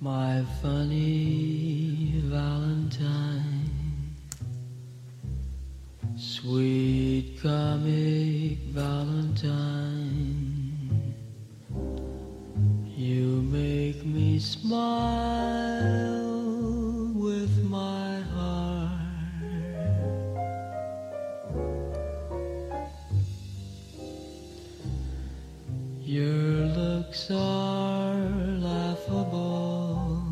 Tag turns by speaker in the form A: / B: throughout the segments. A: My funny Valentine, sweet comic Valentine, you make me smile with my heart. Your looks are laughable,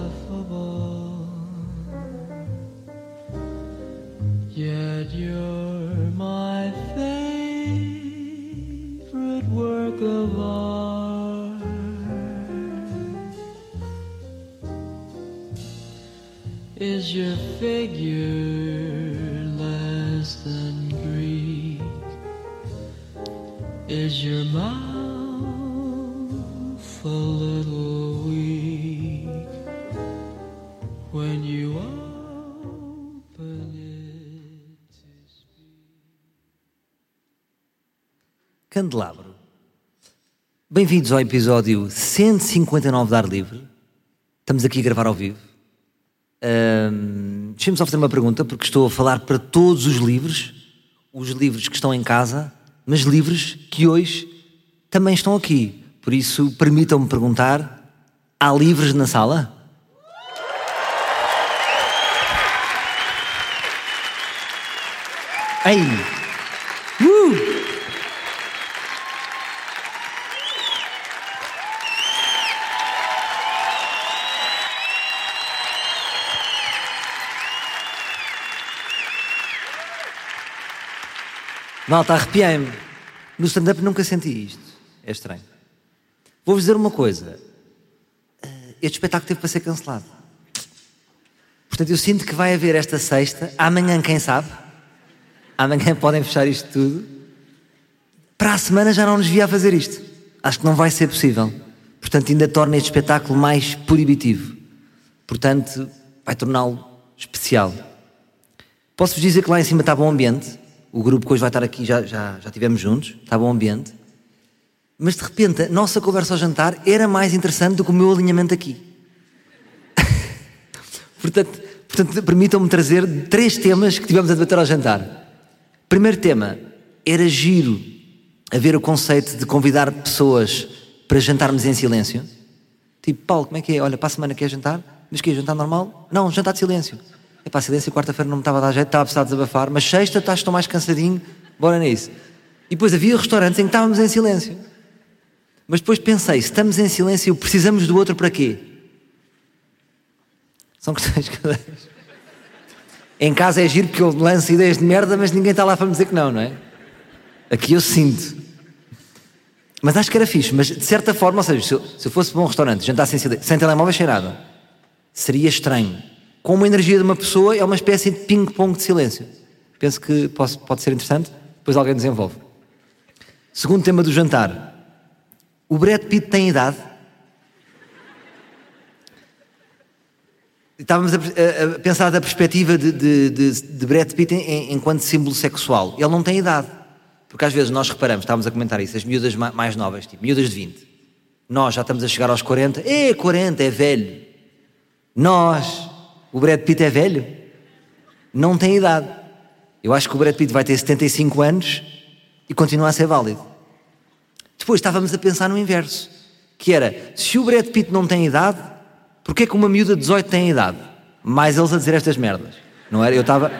A: unphotographable, yet you're my favorite work of art. Is your figure less than Greek? Is your mouth a little weak when you open it?
B: Candelabro. Bem-vindos ao episódio 159 de Ar Livre. Estamos aqui a gravar ao vivo. Ahm, Deixa-me só fazer uma pergunta, porque estou a falar para todos os livros, os livros que estão em casa, mas livros que hoje também estão aqui. Por isso, permitam-me perguntar: há livros na sala? Ei! Uh! Malta, arrepiei-me. No stand-up nunca senti isto. É estranho. Vou-vos dizer uma coisa. Eh, Este espetáculo teve para ser cancelado. Portanto, eu sinto que vai haver esta sexta, amanhã, quem sabe. Amanhã podem fechar isto tudo. Para a semana já não nos via a fazer isto. Acho que não vai ser possível. Portanto, ainda torna este espetáculo mais proibitivo. Portanto, vai torná-lo especial. Posso-vos dizer que lá em cima está bom ambiente. O grupo que hoje vai estar aqui já, já, já tivemos juntos, está bom ambiente. Mas de repente a nossa conversa ao jantar era mais interessante do que o meu alinhamento aqui. portanto, portanto permitam-me trazer três temas que tivemos a debater ao jantar. Primeiro tema era giro haver o conceito de convidar pessoas para jantarmos em silêncio. Tipo, Paulo, como é que é? Olha, para a semana quer jantar? Mas que é jantar normal? Não, jantar de silêncio. É para silêncio, quarta-feira não me estava a dar jeito, estava a precisar desabafar, mas sexta estás, estou mais cansadinho, bora nisso. E depois havia restaurantes em que estávamos em silêncio. Mas depois pensei, se estamos em silêncio, precisamos do outro para quê? São questões que eu deixo. Em casa é giro porque eu lanço ideias de merda, mas ninguém está lá para me dizer que não, não é? Aqui eu sinto. Mas acho que era fixe, mas de certa forma, ou seja, se eu, se eu fosse para um restaurante, jantar sem, silêncio- sem telemóvel, sem nada, seria estranho. Com uma energia de uma pessoa, é uma espécie de ping-pong de silêncio. Penso que posso- pode ser interessante, depois alguém desenvolve. Segundo tema do jantar. O Brad Pitt tem idade? Estávamos a, a- a pensar da perspectiva de, de, de- de Brad Pitt em- enquanto símbolo sexual. Ele não tem idade. Porque às vezes nós reparamos, estávamos a comentar isso, as miúdas ma- mais novas, tipo, miúdas de 20. Nós já estamos a chegar aos 40. É, 40, é velho. Nós, o Brad Pitt é velho? Não tem idade. Eu acho que o Brad Pitt vai ter 75 anos e continua a ser válido. Depois estávamos a pensar no inverso, que era, se o Brad Pitt não tem idade, porquê que uma miúda de 18 tem idade? Mais eles a dizer estas merdas. Não era? Eu estava...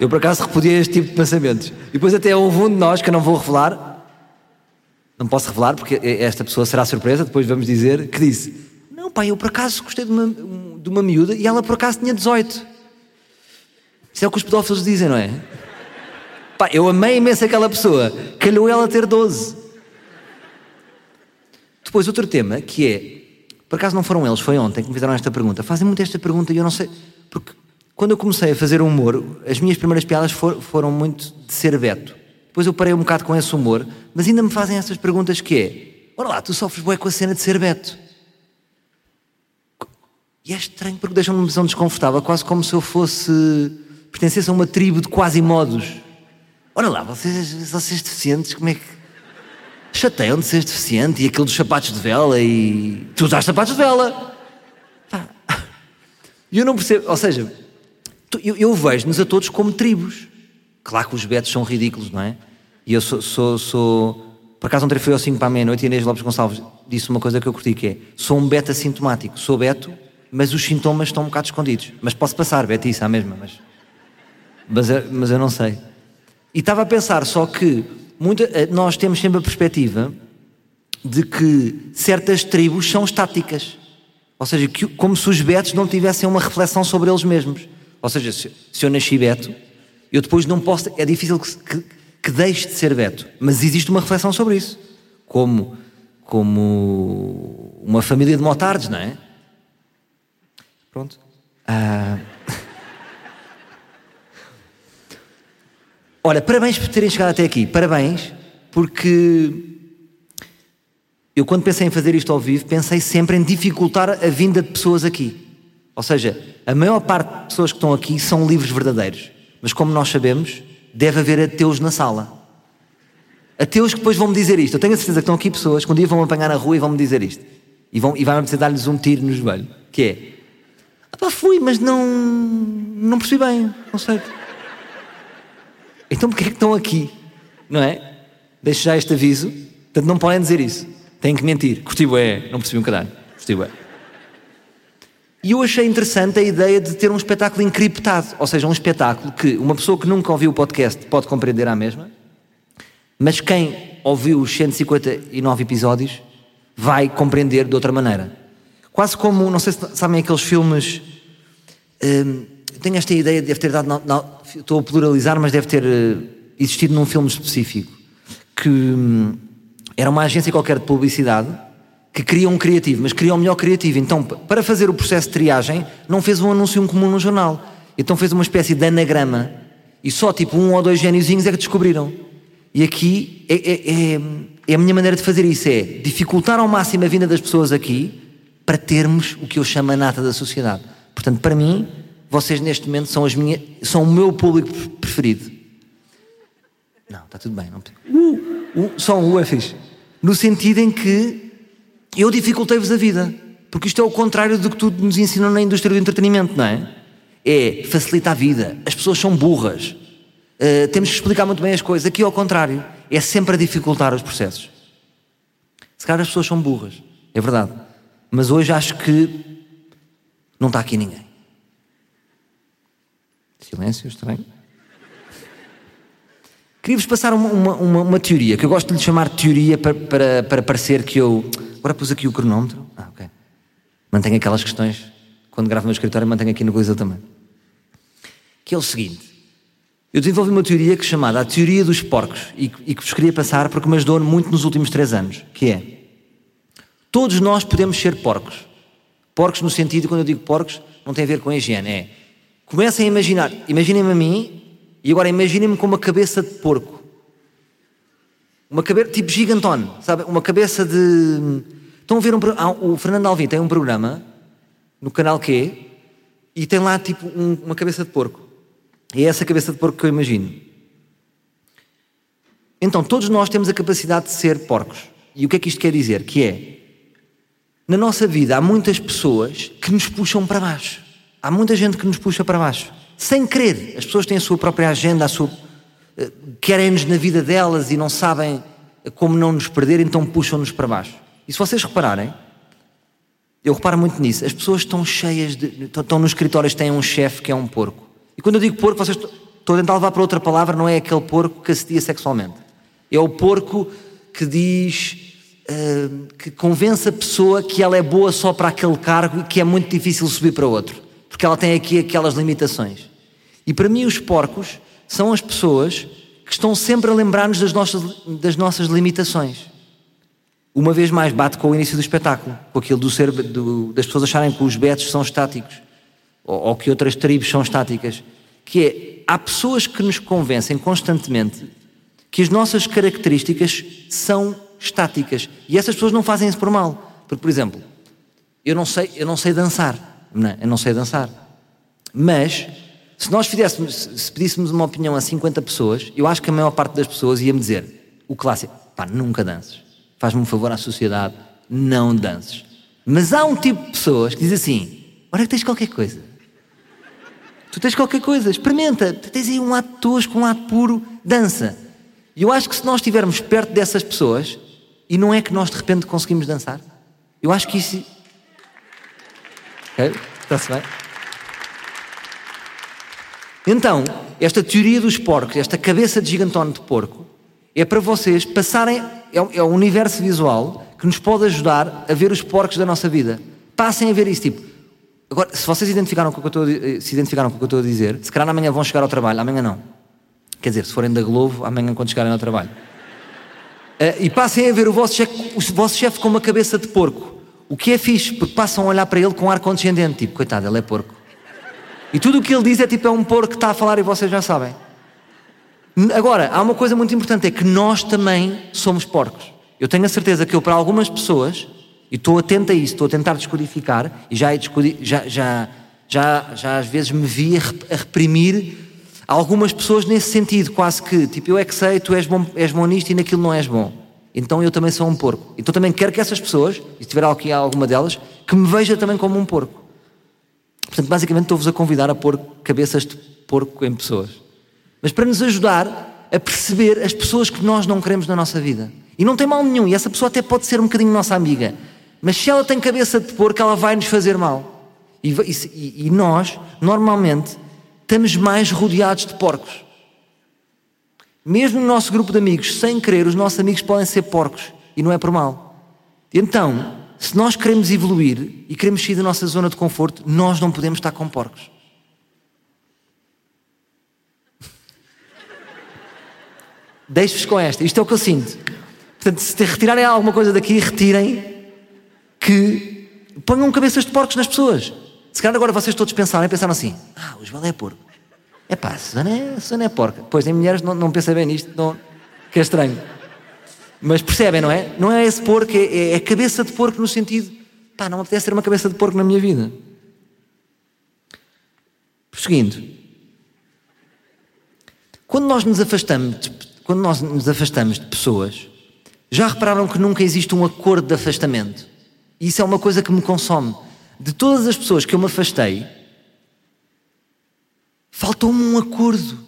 B: Eu, por acaso, repudiei este tipo de pensamentos. E depois até houve um de nós, que eu não vou revelar, não posso revelar, porque esta pessoa será surpresa, depois vamos dizer, que disse, não pai, eu por acaso gostei de uma, de uma miúda e ela por acaso tinha 18. Isso é o que os pedófilos dizem, não é? Pá, eu amei imenso aquela pessoa. Calhou ela ter 12. Depois, outro tema que é, por acaso não foram eles, foi ontem que me fizeram esta pergunta. Fazem muito esta pergunta e eu não sei, porque quando eu comecei a fazer humor, as minhas primeiras piadas for- foram muito de ser Beto. Depois eu parei um bocado com esse humor, mas ainda me fazem essas perguntas que é, olha lá, tu sofres bué com a cena de ser Beto. E é estranho porque deixa-me uma visão desconfortável, quase como se eu fosse, pertencesse a uma tribo de quase modos. Olha lá, vocês, vocês deficientes, como é que... chateiam de ser deficiente e aquilo dos sapatos de vela e. Tu usas sapatos de vela! Pá. E eu não percebo, ou seja, tu- eu, eu vejo-nos a todos como tribos. Claro que os betos são ridículos, não é? E eu sou. sou, sou- por acaso ontem foi ao 5 para a meia-noite e a Inês Lopes Gonçalves disse uma coisa que eu curti, que é sou um beta assintomático, sou beto, mas os sintomas estão um bocado escondidos. Mas posso passar, betice, à mesma, mas mas, eu- mas eu não sei. E estava a pensar só que muita- eh, nós temos sempre a perspectiva de que certas tribos são estáticas. Ou seja, que, o- como se os betos não tivessem uma reflexão sobre eles mesmos. Ou seja, se, se eu nasci beto, eu depois não posso. É difícil que, se- que, que deixe de ser beto. Mas existe uma reflexão sobre isso. Como, como uma família de motards, não é? Pronto. Olha, parabéns por terem chegado até aqui. Parabéns, porque eu quando pensei em fazer isto ao vivo, pensei sempre em dificultar a vinda de pessoas aqui. Ou seja, a maior parte de pessoas que estão aqui são livres verdadeiros. Mas como nós sabemos, deve haver ateus na sala. Ateus que depois vão-me dizer isto. Eu tenho a certeza que estão aqui pessoas que um dia vão me apanhar na rua e vão-me dizer isto. E, vão, e vai-me apetecer dar-lhes um tiro no joelho. Que é... "Ah pá, fui, mas não... Não percebi bem. o conceito." Então porque é que estão aqui? Não é? Deixo já este aviso. Portanto, não podem dizer isso. Têm que mentir. Curti bué. Não percebi um caralho. Curti bué. E eu achei interessante a ideia de ter um espetáculo encriptado. Ou seja, um espetáculo que uma pessoa que nunca ouviu o podcast pode compreender à mesma. Mas quem ouviu os 159 episódios vai compreender de outra maneira. Quase como, não sei se sabem aqueles filmes Hum, eu tenho esta ideia de deve ter dado. na- na- estou a pluralizar, mas deve ter eh, existido num filme específico. Que hum, era uma agência qualquer de publicidade que queria um criativo, mas queria o melhor criativo. Então, pa- para fazer o processo de triagem, não fez um anúncio em comum no jornal. Então, fez uma espécie de anagrama. E só tipo um ou dois geniozinhos é que descobriram. E aqui é, é- é- é a minha maneira de fazer isso: é dificultar ao máximo a vinda das pessoas aqui para termos o que eu chamo a nata da sociedade. Portanto, para mim, vocês neste momento são, as minha, são o meu público pre- preferido. Não, está tudo bem. Não... precisa. Uh, uh, só um U é fixe. No sentido em que eu dificultei-vos a vida. Porque isto é o contrário do que tudo nos ensinou na indústria do entretenimento, não é? É facilitar a vida. As pessoas são burras. Uh, temos que explicar muito bem as coisas. Aqui, ao contrário, é sempre a dificultar os processos. Se calhar as pessoas são burras, é verdade. Mas hoje acho que não está aqui ninguém. Silêncio estranho. Queria-vos passar uma, uma, uma- uma teoria, que eu gosto de lhe chamar teoria para, para, para parecer que eu. Agora pus aqui o cronómetro. Ah, ok. Mantenho aquelas questões. Quando gravo no meu escritório, mantenho aqui no Coisa também. Que é o seguinte. Eu desenvolvi uma teoria que é chamada a teoria dos porcos e, que- e que vos queria passar porque me ajudou muito nos últimos três anos, que é todos nós podemos ser porcos. Porcos no sentido, quando eu digo porcos, não tem a ver com a higiene, é comecem a imaginar, imaginem-me a mim e agora imaginem-me com uma cabeça de porco. Uma cabeça tipo gigantone, sabe? Uma cabeça de. Estão a ver um. pro- há- o Fernando Alvim tem um programa no canal Q e tem lá tipo um- uma cabeça de porco. E é essa cabeça de porco que eu imagino. Então, todos nós temos a capacidade de ser porcos. E o que é que isto quer dizer? Que é, na nossa vida há muitas pessoas que nos puxam para baixo. Há muita gente que nos puxa para baixo. Sem querer. As pessoas têm a sua própria agenda, a sua... eh, querem-nos na vida delas e não sabem como não nos perder, então puxam-nos para baixo. E se vocês repararem, eu reparo muito nisso. As pessoas estão cheias de. estão, estão nos escritórios, têm um chefe que é um porco. E quando eu digo porco, vocês. estão- Estou a tentar levar para outra palavra, não é aquele porco que assedia sexualmente. É o porco que diz. ah, que convence a pessoa que ela é boa só para aquele cargo e que é muito difícil subir para outro. Porque ela tem aqui aquelas limitações. E para mim, os porcos são as pessoas que estão sempre a lembrar-nos das nossas, das nossas limitações uma vez mais bate com o início do espetáculo, com aquilo do ser, do- das pessoas acharem que os betos são estáticos ou, ou que outras tribos são estáticas, que é há pessoas que nos convencem constantemente que as nossas características são estáticas e essas pessoas não fazem isso por mal, porque por exemplo eu não sei eu não sei dançar, não, é? eu não sei dançar, mas se nós fizéssemos se- se pedíssemos uma opinião a 50 pessoas, eu acho que a maior parte das pessoas ia me dizer o clássico, pá nunca dances faz-me um favor à sociedade, não dances. Mas há um tipo de pessoas que diz assim: olha que tens qualquer coisa. Tu tens qualquer coisa, experimenta. Tu tens aí um ato tosco, um ato puro, dança. E eu acho que se nós estivermos perto dessas pessoas, e não é que nós de repente conseguimos dançar, eu acho que isso. Ok? Está-se bem? Então, esta teoria dos porcos, esta cabeça de gigantone de porco, é para vocês passarem. É um, é um universo visual que nos pode ajudar a ver os porcos da nossa vida. Passem a ver isso. Tipo, agora, se vocês identificaram com o que eu estou a di- eh, se identificaram com o que eu estou a dizer, se calhar amanhã vão chegar ao trabalho, amanhã não. Quer dizer, se forem da Globo, amanhã quando chegarem ao trabalho. Eh, e passem a ver o vosso chefe, o vosso chefe com uma cabeça de porco. O que é fixe, porque passam a olhar para ele com ar condescendente, tipo, coitado, ele é porco. E tudo o que ele diz é tipo, é um porco que está a falar e vocês já sabem. N- Agora, há uma coisa muito importante, é que nós também somos porcos. Eu tenho a certeza que eu, para algumas pessoas, e estou atento a isso, estou a tentar descodificar, e já, descodi- já, já, já, já às vezes me vi a rep- a reprimir algumas pessoas nesse sentido, quase que, tipo, eu é que sei, tu és bom, és bom nisto e naquilo não és bom. Então eu também sou um porco. Então também quero que essas pessoas, e se tiver aqui alguma delas, que me veja também como um porco. Portanto, basicamente estou-vos a convidar a pôr cabeças de porco em pessoas. Mas para nos ajudar a perceber as pessoas que nós não queremos na nossa vida. E não tem mal nenhum, e essa pessoa até pode ser um bocadinho nossa amiga. Mas se ela tem cabeça de porco, ela vai nos fazer mal. E, va- e se- e- e nós, normalmente, estamos mais rodeados de porcos. Mesmo no nosso grupo de amigos, sem querer, os nossos amigos podem ser porcos. E não é por mal. Então, se nós queremos evoluir e queremos sair da nossa zona de conforto, nós não podemos estar com porcos. Deixo-vos com esta. Isto é o que eu sinto. Portanto, se te- retirarem alguma coisa daqui, retirem que ponham cabeças de porcos nas pessoas. Se calhar agora vocês todos pensarem, pensaram assim: ah, o Joel é porco. É pá, a Susana é, a Susana é porca. Pois, em mulheres não, não pensei bem nisto, não, que é estranho. Mas percebem, não é? Não é esse porco, é, é a cabeça de porco no sentido, pá, não apetece ter uma cabeça de porco na minha vida. Prosseguindo. Quando nós nos afastamos de, quando nós nos afastamos de pessoas, já repararam que nunca existe um acordo de afastamento? E Isso é uma coisa que me consome. De todas as pessoas que eu me afastei, faltou-me um acordo.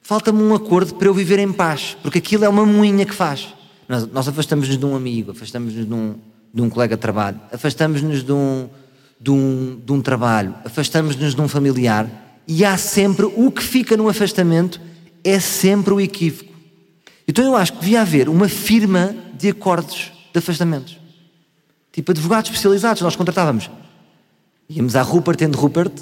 B: Falta-me um acordo para eu viver em paz, porque aquilo é uma moinha que faz. Nós, nós afastamos-nos de um amigo, afastamos-nos de um, de um colega de trabalho, afastamos-nos de um, de, um, de um trabalho, afastamos-nos de um familiar e há sempre o que fica no afastamento é sempre o equívoco. Então eu acho que devia haver uma firma de acordos de afastamentos. Tipo advogados especializados, nós contratávamos. Íamos à Rupert and Rupert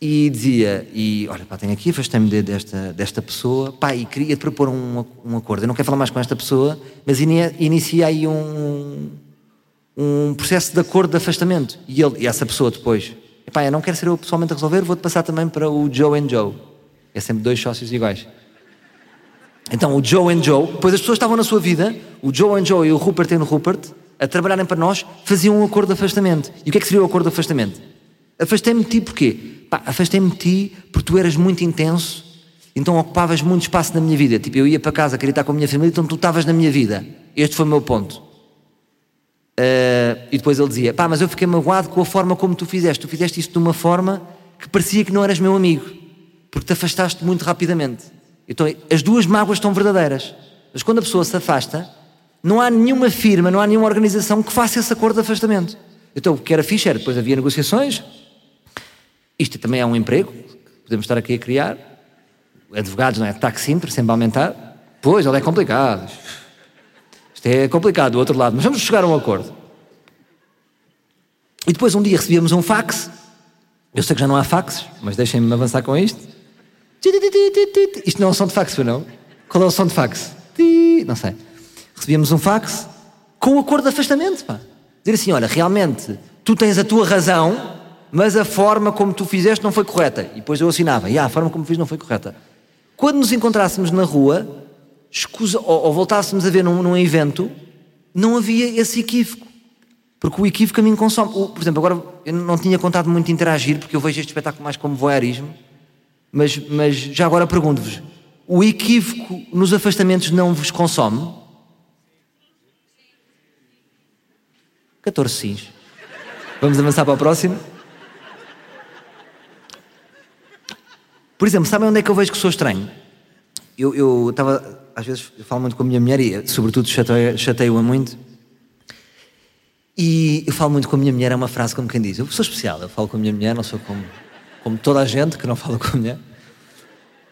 B: e dizia, e olha, pá, tenho aqui, afastei-me de- desta, desta pessoa, pá, e queria te propor um, ac- um acordo. Eu não quero falar mais com esta pessoa, mas ini- inicia aí um, um processo de acordo de afastamento. E, ele, e essa pessoa depois, pá, eu não quero ser eu pessoalmente a resolver, vou-te passar também para o Joe and Joe. É sempre dois sócios iguais. Então o Joe and Joe, depois as pessoas estavam na sua vida, o Joe and Joe e o Rupert and Rupert, a trabalharem para nós, faziam um acordo de afastamento. E o que é que seria o acordo de afastamento? Afastei-me de ti porquê? Pá, afastei-me de ti porque tu eras muito intenso, então ocupavas muito espaço na minha vida. Tipo, eu ia para casa, queria estar com a minha família, então tu estavas na minha vida. Este foi o meu ponto. Ah, e depois ele dizia, pá, mas eu fiquei magoado com a forma como tu fizeste. Tu fizeste isso de uma forma que parecia que não eras meu amigo, porque te afastaste muito rapidamente. Então as duas mágoas estão verdadeiras. Mas quando a pessoa se afasta, não há nenhuma firma, não há nenhuma organização que faça esse acordo de afastamento. Então o que era fixe era, depois havia negociações, isto também é um emprego, podemos estar aqui a criar, advogados, não é? Taxímetro, sempre a aumentar. Pois, ele é complicado. Isto é complicado do outro lado, mas vamos chegar a um acordo. E depois um dia recebíamos um fax. Eu sei que já não há faxes, mas deixem-me avançar com isto. Isto não é um som de fax, foi não? Qual é o som de fax? Ti, Não sei. Recebíamos um fax com o acordo de afastamento, pá. Dizer assim, olha, realmente, tu tens a tua razão, mas a forma como tu fizeste não foi correta. E depois eu assinava, e ah, a forma como fiz não foi correta. Quando nos encontrássemos na rua, escusa, ou, ou voltássemos a ver num, num evento, não havia esse equívoco. Porque o equívoco a mim consome. O- por exemplo, agora eu não tinha contado muito de interagir, porque eu vejo este espetáculo mais como voyeurismo, mas, mas já agora pergunto-vos: o equívoco nos afastamentos não vos consome? 14 sims. Vamos avançar para o próximo? Por exemplo, sabem onde é que eu vejo que sou estranho? Eu, eu estava, às vezes, eu falo muito com a minha mulher e, eh, sobretudo, chateio- chateio-a muito. E eu falo muito com a minha mulher, é uma frase como quem diz: Eu sou especial, eu falo com a minha mulher, não sou como, como toda a gente que não fala com a mulher.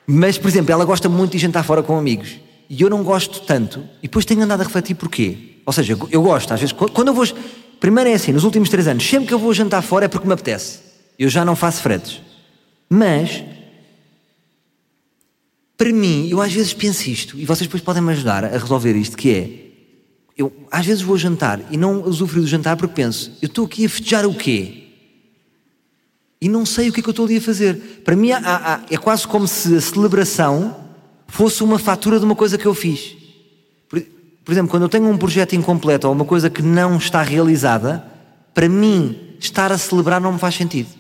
B: Mas, por exemplo, ela gosta muito de jantar fora com amigos. E eu não gosto tanto. E depois tenho andado a refletir porquê. Ou seja, eu gosto, às vezes, qu- quando eu vou. Primeiro é assim, nos últimos três anos, sempre que eu vou jantar fora é porque me apetece. Eu já não faço fretes. Mas, para mim, eu às vezes penso isto, e vocês depois podem me ajudar a resolver isto, que é. Eu às vezes vou jantar e não usufruo do jantar porque penso, eu estou aqui a festejar o quê? e não sei o que é que eu estou ali a fazer. Para mim, há- há- é quase como se a celebração fosse uma fatura de uma coisa que eu fiz. Por, por exemplo, quando eu tenho um projeto incompleto ou uma coisa que não está realizada, para mim, estar a celebrar não me faz sentido.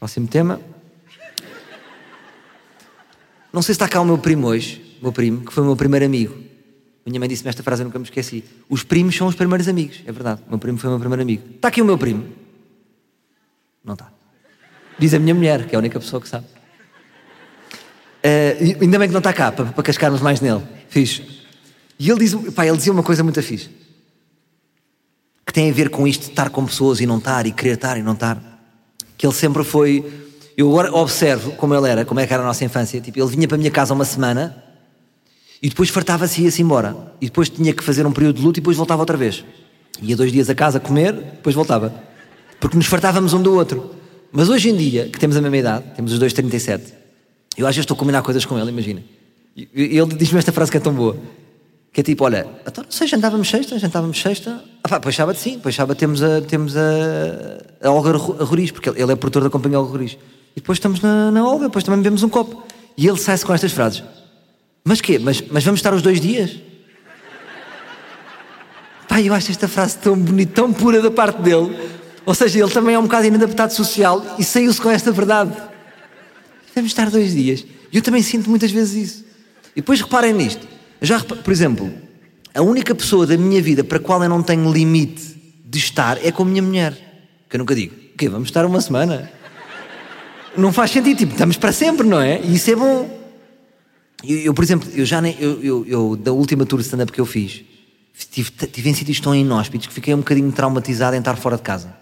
B: Próximo tema. Não sei se está cá o meu primo hoje, o meu primo, que foi o meu primeiro amigo. A Minha mãe disse-me esta frase, eu nunca me esqueci. Os primos são os primeiros amigos. É verdade, o meu primo foi o meu primeiro amigo. Está aqui o meu primo. Não está. Diz a minha mulher, que é a única pessoa que sabe. Eh, e ainda bem que não está cá, para, para cascarmos mais nele. Fiz. E ele, diz, pá, ele dizia uma coisa muito fixe. Que tem a ver com isto de estar com pessoas e não estar, e querer estar e não estar. Que ele sempre foi... Eu agora observo como ele era, como é que era a nossa infância. Tipo, ele vinha para a minha casa uma semana e depois fartava-se e ia-se embora. E depois tinha que fazer um período de luto e depois voltava outra vez. Ia dois dias a casa comer, depois voltava. Porque nos fartávamos um do outro. Mas hoje em dia, que temos a mesma idade, temos os dois 37, eu às vezes estou a combinar coisas com ele, imagina. E e ele diz-me esta frase que é tão boa. Que é tipo, olha, então não sei, jantávamos sexta, jantávamos sexta. Ah, pá, pois sábado sim, pois sábado temos a, temos a, a Olga Ru- a Roriz, porque ele ele é produtor da companhia Olga Roriz. E depois estamos na, na Olga, depois também bebemos um copo. E ele sai-se com estas frases. Mas quê? Mas, mas vamos estar os dois dias? Pá, eu acho esta frase tão bonita, tão pura da parte dele. Ou seja, ele também é um bocado inadaptado social e saiu-se com esta verdade. Vamos estar dois dias. E eu também sinto muitas vezes isso. E depois reparem nisto. Já, repa- por exemplo, a única pessoa da minha vida para a qual eu não tenho limite de estar é com a minha mulher. Que eu nunca digo, o quê? Vamos estar uma semana? Não faz sentido, tipo, estamos para sempre, não é? E isso é bom. Eu, eu, por exemplo, eu já nem, eu, eu- eu, da última tour de stand-up que eu fiz, estive, estive em sítios tão inóspitos que fiquei um bocadinho traumatizado em estar fora de casa.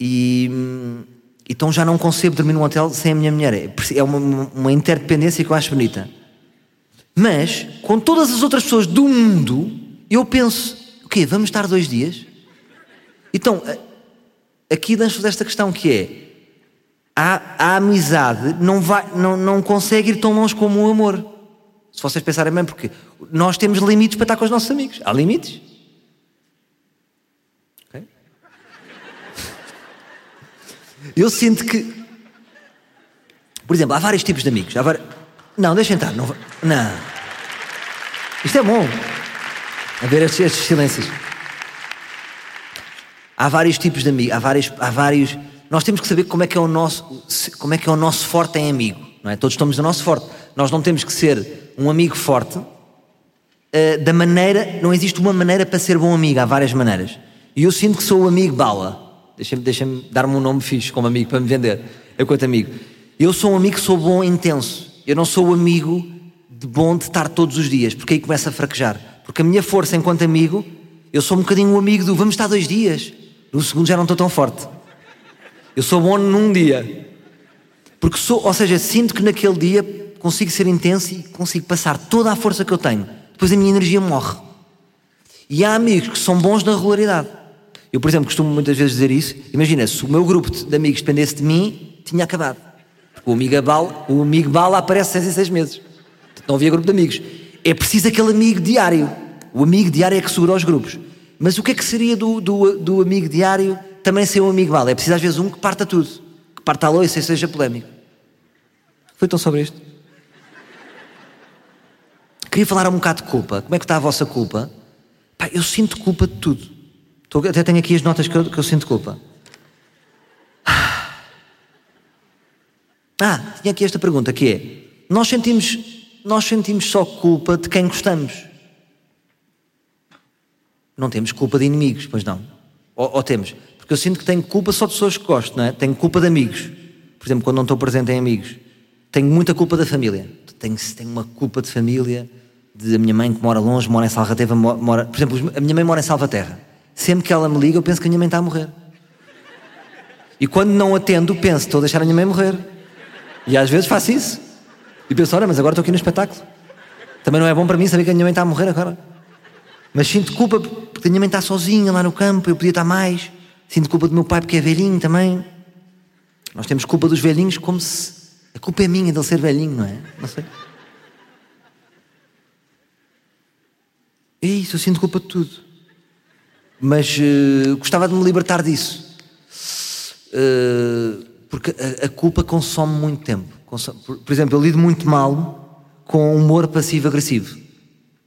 B: E hum, então já não concebo dormir num hotel sem a minha mulher. É preci- É uma, uma interdependência que eu acho bonita. Mas, com todas as outras pessoas do mundo, eu penso: o quê? Vamos estar dois dias? Então, a- aqui lanço-vos esta questão que é. A, a amizade não, vai, não, não consegue ir tão longe como o amor. Se vocês pensarem bem, porque nós temos limites para estar com os nossos amigos. Há limites. Ok? Eu sinto que. Por exemplo, há vários tipos de amigos. Há vari- Não, deixem estar. Não... va- não. Isto é bom. A ver estes, estes silêncios. Há vários tipos de amigos, há vários, há vários. Nós temos que saber como é que é o nosso, se- como é que é o nosso forte em amigo, não é? Todos estamos no nosso forte. Nós não temos que ser um amigo forte eh, da maneira, não existe uma maneira para ser bom amigo, há várias maneiras. E eu sinto que sou o amigo bala. Deixa-me deixa dar-me um nome fixe como amigo para me vender. Eu quanto amigo. Eu sou um amigo que sou bom intenso. Eu não sou o amigo de bom de estar todos os dias, porque aí começa a fraquejar. Porque a minha força enquanto amigo, eu sou um bocadinho o amigo do vamos estar dois dias. No segundo já não estou tão forte. Eu sou bom num dia. Porque sou, ou seja, sinto que naquele dia consigo ser intenso e consigo passar toda a força que eu tenho. Depois a minha energia morre. E há amigos que são bons na regularidade. Eu, por exemplo, costumo muitas vezes dizer isso. Imagina, se o meu grupo de de amigos dependesse de mim, tinha acabado. Porque o amigo bala, o amigo bala aparece seis em seis meses. Portanto, Não havia grupo de amigos. É preciso aquele amigo diário. O amigo diário é que segura os grupos. Mas o que é que seria do, do, do amigo diário também ser um amigo bala? É preciso às vezes um que parta tudo. Que parta a loiça e seja polémico. Foi tão sobre isto. Queria falar um bocado de culpa. Como é que está a vossa culpa? Pá, eu sinto culpa de tudo. Estou- até tenho aqui as notas que eu, que eu sinto culpa. Ah, tinha aqui esta pergunta que é: nós sentimos, nós sentimos só culpa de quem gostamos? Não temos culpa de inimigos, pois não? Ou, ou temos? Porque eu sinto que tenho culpa só de pessoas que gosto, não é? Tenho culpa de amigos. Por exemplo, quando não estou presente em amigos. Tenho muita culpa da família. Tenho, tenho uma culpa de família, de a minha mãe que mora longe, mora em Salvateva, mora... mora- Por exemplo, os- a minha mãe mora em Salvaterra. Sempre que ela me liga, eu penso que a minha mãe está a morrer. E quando não atendo, penso, estou a deixar a minha mãe morrer. E às vezes faço isso. E penso, olha, mas agora estou aqui no espetáculo. Também não é bom para mim saber que a minha mãe está a morrer agora. Mas sinto culpa porque a minha mãe está sozinha lá no campo, eu podia estar mais. Sinto culpa do meu pai porque é velhinho também. Nós temos culpa dos velhinhos como se. A culpa é minha dele ser velhinho, não é? Não sei. É isso, eu sinto culpa de tudo. Mas eh, gostava de me libertar disso. Uh, porque a, a culpa consome muito tempo. Consome- por, por exemplo, eu lido muito mal com humor passivo-agressivo.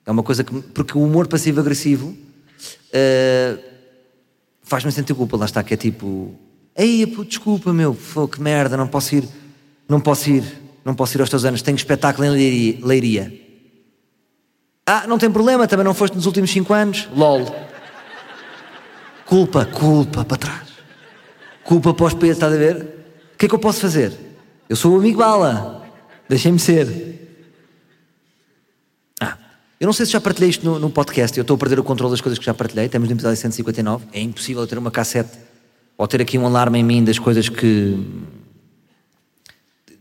B: É uma coisa que. me- Porque o humor passivo-agressivo uh, faz-me sentir culpa. Lá está, que é tipo. Ei, pô, desculpa, meu, pô, que merda, não posso ir. Não posso ir. Não posso ir aos teus anos. Tenho espetáculo em Leiria. Leiria. Ah, não tem problema, também não foste nos últimos 5 anos. LOL. Culpa, culpa, para trás culpa para os pesos, estás a ver? O que é que eu posso fazer? Eu sou o amigo bala, deixem-me ser. Ah, eu não sei se já partilhei isto no, no podcast, eu estou a perder o controle das coisas que já partilhei, estamos no episódio 159, é impossível eu ter uma cassete ou ter aqui um alarme em mim das coisas que.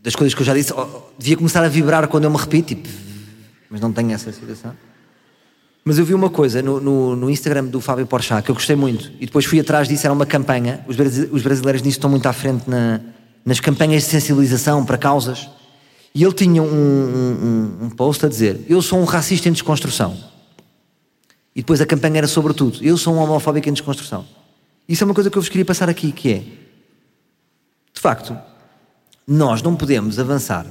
B: das coisas que eu já disse, Ou- devia começar a vibrar quando eu me repito, tipo, mas não tenho essa situação. Mas eu vi uma coisa no, no- no Instagram do Fábio Porchat que eu gostei muito e depois fui atrás disso, era uma campanha. Os, brasi- os brasileiros nisso estão muito à frente na- nas campanhas de sensibilização para causas. E ele tinha um, um- um- um post a dizer: Eu sou um racista em desconstrução. E depois a campanha era sobre tudo: Eu sou um homofóbico em desconstrução. Isso é uma coisa que eu vos queria passar aqui, que é, de facto, nós não podemos avançar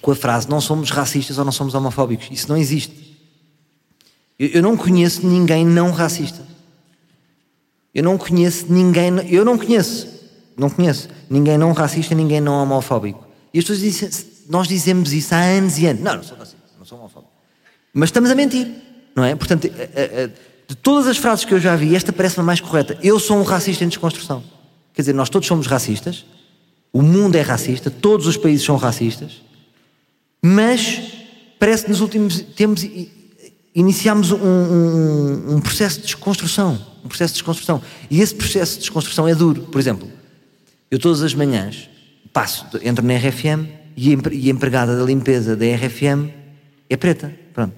B: com a frase não somos racistas ou não somos homofóbicos. Isso não existe. Eu, eu não conheço ninguém não racista. Eu não conheço ninguém. Eu não conheço. Não conheço. Ninguém não racista, ninguém não homofóbico. E as pessoas dizem. Nós dizemos isso há anos e anos. Não, não sou racista, não sou homofóbico. Mas estamos a mentir, não é? Portanto, a- a- a- de todas as frases que eu já vi, esta parece-me a mais correta. Eu sou um racista em desconstrução. Quer dizer, nós todos somos racistas. O mundo é racista. Todos os países são racistas. Mas parece que nos últimos tempos i- iniciámos um, um- um processo de desconstrução. Um processo de desconstrução. E esse processo de desconstrução é duro. Por exemplo, eu todas as manhãs passo, entro na RFM e a empre- e a empregada da limpeza da RFM é preta. Pronto.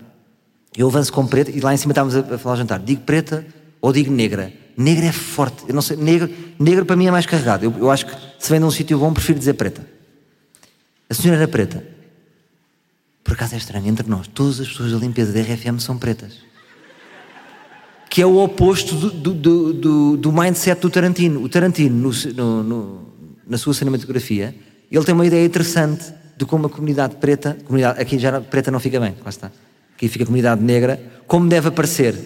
B: Eu avanço com preta e lá em cima estávamos a, a falar ao jantar. Digo preta ou digo negra? Negra é forte. Eu não sei, negro, negro para mim é mais carregado. Eu, eu acho que se vem de um sítio bom, prefiro dizer preta. A senhora era preta. Por acaso é estranho, entre nós, todas as pessoas da limpeza da RFM são pretas. Que é o oposto do, do, do, do- do mindset do Tarantino. O Tarantino, no ci- no- no- na sua cinematografia, ele tem uma ideia interessante de como a comunidade preta, comunidade, aqui já não- preta não fica bem, quase está. Aqui fica a comunidade negra, como deve aparecer.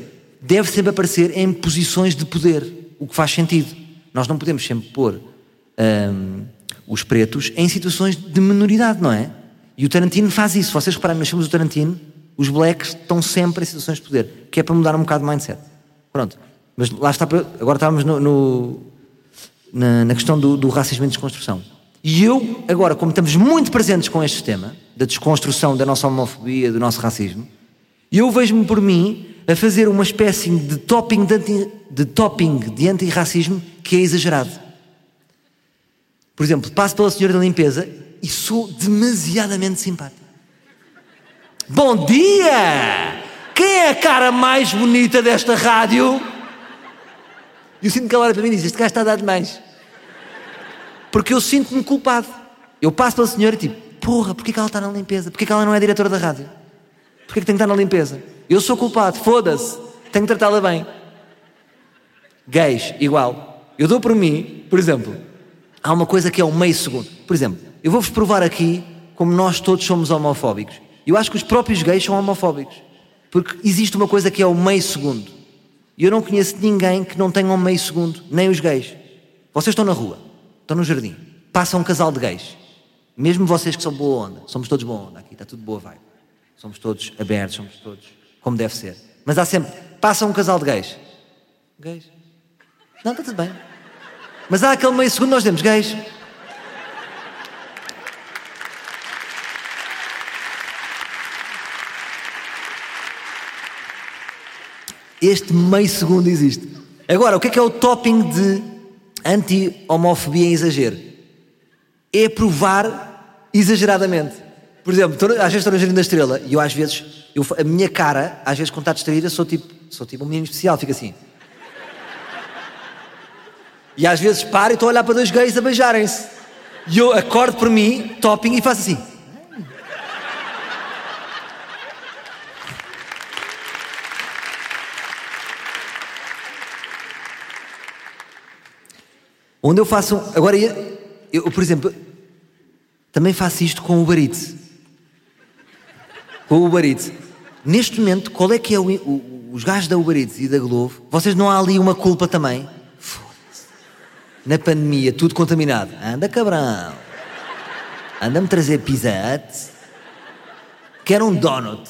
B: Deve sempre aparecer em posições de poder, o que faz sentido. Nós não podemos sempre pôr hum, os pretos em situações de minoridade, não é? E o Tarantino faz isso. Se vocês repararem nos filmes do Tarantino, os blacks estão sempre em situações de poder, que é para mudar um bocado o mindset. Pronto. Mas lá está. para- Agora estávamos no- no- na, na questão do, do racismo em desconstrução. E eu, agora, como estamos muito presentes com este tema, da desconstrução da nossa homofobia, do nosso racismo, eu vejo-me por mim a fazer uma espécie de topping de, anti, de topping de antirracismo que é exagerado. Por exemplo, passo pela senhora da limpeza e sou demasiadamente simpático. Bom dia! Quem é a cara mais bonita desta rádio? E eu sinto que ela olha para mim e diz: Este gajo está a dar demais. Porque eu sinto-me culpado. Eu passo pela senhora e tipo: Porra, porquê que ela está na limpeza? Porquê que ela não é diretora da rádio? Porquê que tem que estar na limpeza? Eu sou culpado, foda-se. Tenho que tratá-la bem gays, igual. Eu dou por mim, por exemplo, há uma coisa que é um meio segundo. Por exemplo, eu vou-vos provar aqui como nós todos somos homofóbicos. Eu acho que os próprios gays são homofóbicos. Porque existe uma coisa que é o meio segundo. E eu não conheço ninguém que não tenha um meio segundo, nem os gays. Vocês estão na rua, estão no jardim, passa um casal de gays. Mesmo vocês que são boa onda, somos todos boa onda aqui, está tudo boa vibe. Somos todos abertos, somos todos como deve ser. Mas há sempre, passa um casal de gays. Gays? Não, está tudo bem. Mas há aquele meio segundo nós dizemos gays. Este meio segundo existe. Agora, o que é que é o topping de anti-homofobia em exagero? É provar exageradamente. Por exemplo, estou- às vezes estou no Jardim da Estrela e eu às vezes, eu fa- a minha cara, às vezes quando está distraída, sou tipo, sou tipo um menino especial, fica assim. E às vezes paro e estou a olhar para dois gays a beijarem-se. E eu acordo por mim, topping, e faço assim. Onde eu faço. um- Agora, eu, eu, por exemplo, também faço isto com o Uber Eats. Com o Uber Eats. Neste momento, qual é que é o, o- os gajos da Uber Eats e da Glovo? Vocês não há ali uma culpa também? Foda-se. Na pandemia, tudo contaminado. Anda, cabrão. Anda-me trazer pizza Hut. Quero um donut.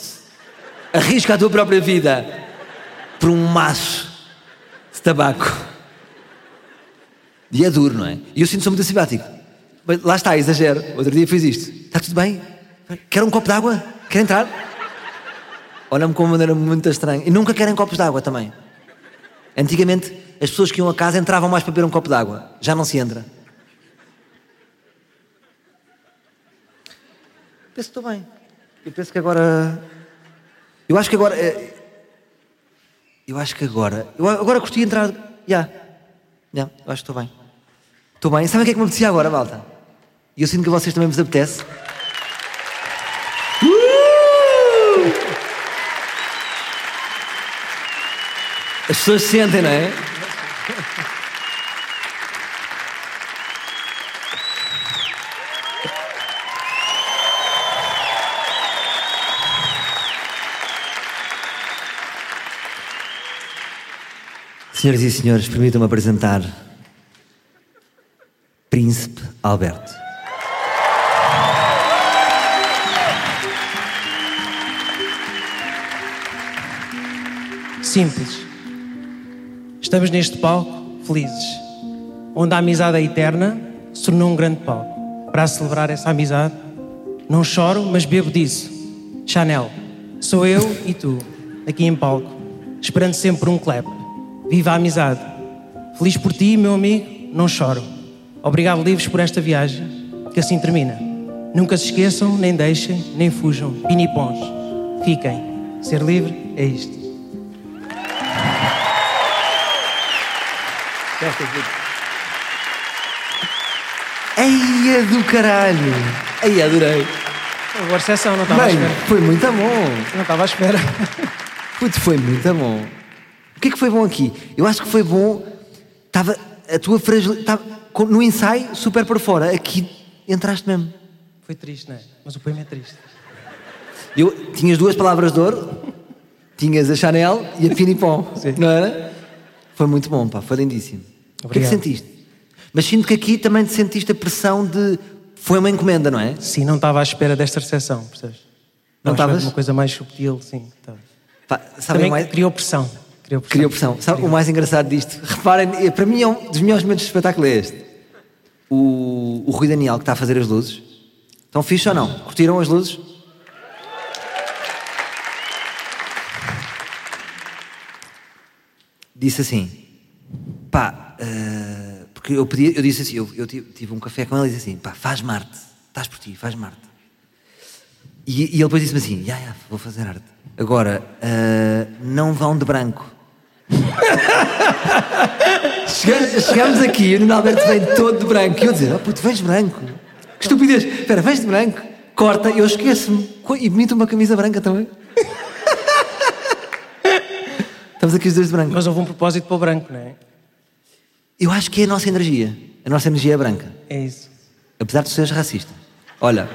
B: Arrisca a tua própria vida por um maço de tabaco. E é duro, não é? E eu sinto que sou muito simpático. Mas lá está, exagero. Outro dia fiz isto. Está tudo bem? Quer um copo de água? Quer entrar? Olha-me com uma maneira muito estranha. E nunca querem copos de água também. Antigamente, as pessoas que iam a casa entravam mais para beber um copo de água. Já não se entra. Penso que estou bem. Eu penso que agora. Eu acho que agora. eh, Eu acho que agora. Eu a- agora curti entrar. Já. Já, eu acho que estou bem. Estou bem. Sabem o que é que me apetecia agora, malta? E eu sinto que a vocês também vos apetece. Uh! As pessoas sentem, não é? Senhoras e senhores, permitam-me apresentar Príncipe Alberto.
C: Simples. Estamos neste palco felizes, onde a amizade é eterna se tornou um grande palco. Para celebrar essa amizade, não choro, mas bebo disso. Chanel, sou eu e tu, aqui em palco, esperando sempre por um clap. Viva a amizade. Feliz por ti, meu amigo, não choro. Obrigado, livres, por esta viagem, que assim termina. Nunca se esqueçam, nem deixem, nem fujam. Pinipons, fiquem. Ser livre é isto.
B: Eia do caralho! Eia, adorei!
C: Boa recepção, não estava à
B: Bem,
C: espera.
B: foi muito bom!
C: Não estava à espera.
B: Puto, foi muito bom! O que é que foi bom aqui? Eu acho que foi bom. Estava a tua fragilidade. No ensaio, super para fora. Aqui entraste mesmo.
C: Foi triste, não é? Mas o poema é triste.
B: Eu, tinhas duas palavras de ouro, tinhas a Chanel e a Pinipom,
C: Sim.
B: não era? Foi muito bom, pá, foi lindíssimo. O que é que
C: Obrigado.
B: sentiste? Mas sinto que aqui também te sentiste a pressão de. Foi uma encomenda, não é?
C: Sim, não estava à espera desta recepção, percebes?
B: Não
C: Estava à
B: estavas?
C: espera de é Uma coisa mais subtil, sim. estava.
B: Pá, sabem é?
C: Também
B: mais?
C: criou pressão. Criou pressão.
B: Criou pressão. Sabe o mais engraçado disto? Reparem, é- para mim é um dos melhores momentos do espetáculo é este. O, o Rui Daniel que está a fazer as luzes. Estão fixe ou não? Curtiram as luzes? Disse assim, pá, eh, porque eu pedi, eu disse assim, eu, eu tive, tive um café com ele e disse assim, pá, faz Marte, estás por ti, faz Marte. E, e ele depois disse-me assim, já, já, vou fazer arte. Agora, eh, não vão de branco. Chegamos, chegamos aqui e o Nuno Alberto vem todo de branco. E eu dizer, oh puto, vens de branco. Que estupidez. Espera, vens de branco. Corta, eu esqueço-me. Co- E me uma camisa branca também. Estamos aqui os dois de branco.
C: Mas houve um propósito para o branco, não é?
B: Eu acho que é a nossa energia. A nossa energia é branca.
C: É isso.
B: Apesar de seres racista. Olha.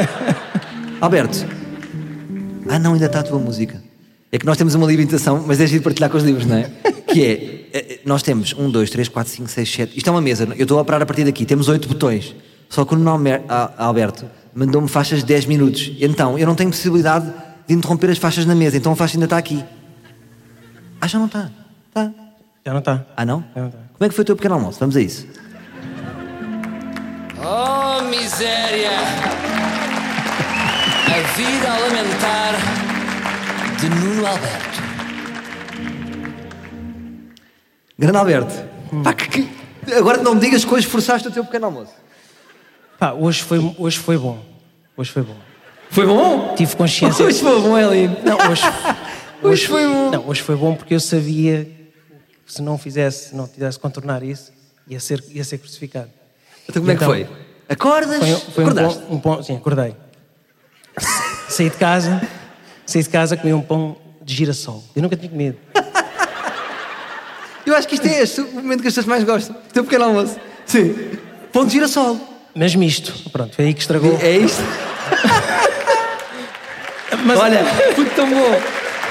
B: Alberto. Ah, não, ainda está a tua música. É que nós temos uma limitação, mas é giro partilhar com os livros, não é? Que é, eh, eh, nós temos um, dois, três, quatro, cinco, seis, sete. Isto é uma mesa, eu estou a operar a partir daqui. Temos oito botões. Só que o Nuno Almer- Al- Alberto mandou-me faixas de 10 minutos. Então, eu não tenho possibilidade de interromper as faixas na mesa, então a faixa ainda está aqui. Ah, já não está. Está.
C: Já não tá. está.
B: Ah, não?
C: Já não está.
B: Como é que foi o teu pequeno almoço? Vamos a isso.
D: Oh, miséria! A vida a lamentar de Nuno Alberto.
B: Grande Alberto. Pá, que, que- Agora não me digas que hoje forçaste o teu pequeno almoço.
C: Pá, hoje foi, hoje foi bom. Hoje foi bom.
B: Foi bom?
C: Tive consciência.
B: Hoje foi bom,
C: é
B: Eli.
C: Não, hoje,
B: Hoje foi bom.
C: Não, hoje foi bom porque eu sabia que se não fizesse, não tivesse contornar isso, ia ser, ia ser crucificado.
B: Então como é que
C: Então,
B: foi? Acordas?
C: Foi, foi um
B: Acordaste?
C: pão, um pão- sim, acordei. Sa- Saí de casa, saí de casa, comi um pão de girassol. Eu nunca tinha comido.
B: Eu acho que isto é este o momento que as pessoas mais gostam. O teu pequeno almoço. Sim. Ponto de girassol.
C: Mas misto, pronto, foi aí que estragou.
B: É isto?
C: Mas
B: Olha, tudo tão bom.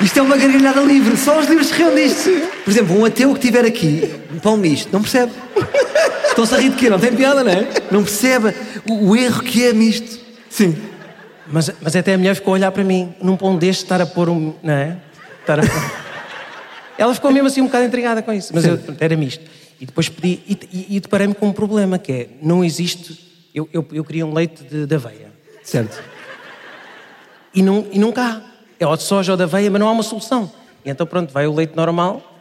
B: Isto é uma gargalhada livre. Só os livros se riem disto. Por exemplo, um ateu que estiver aqui, um pão misto, não percebe. Estão-se a rir de quê? Não tem piada, não é? Não percebe o, o erro que é misto. Sim.
C: Mas, mas até a mulher ficou a olhar para mim, num pão deste, estar a pôr um. Não é? Estar a pôr... Ela ficou mesmo assim um bocado intrigada com isso, mas eu, pronto, era misto. E depois pedi, e, e, e deparei-me com um problema que é: não existe. Eu, eu, eu queria um leite de, de aveia.
B: Certo.
C: E, não, e nunca há. É ou de soja ou de aveia, mas não há uma solução. E então pronto, vai o leite normal,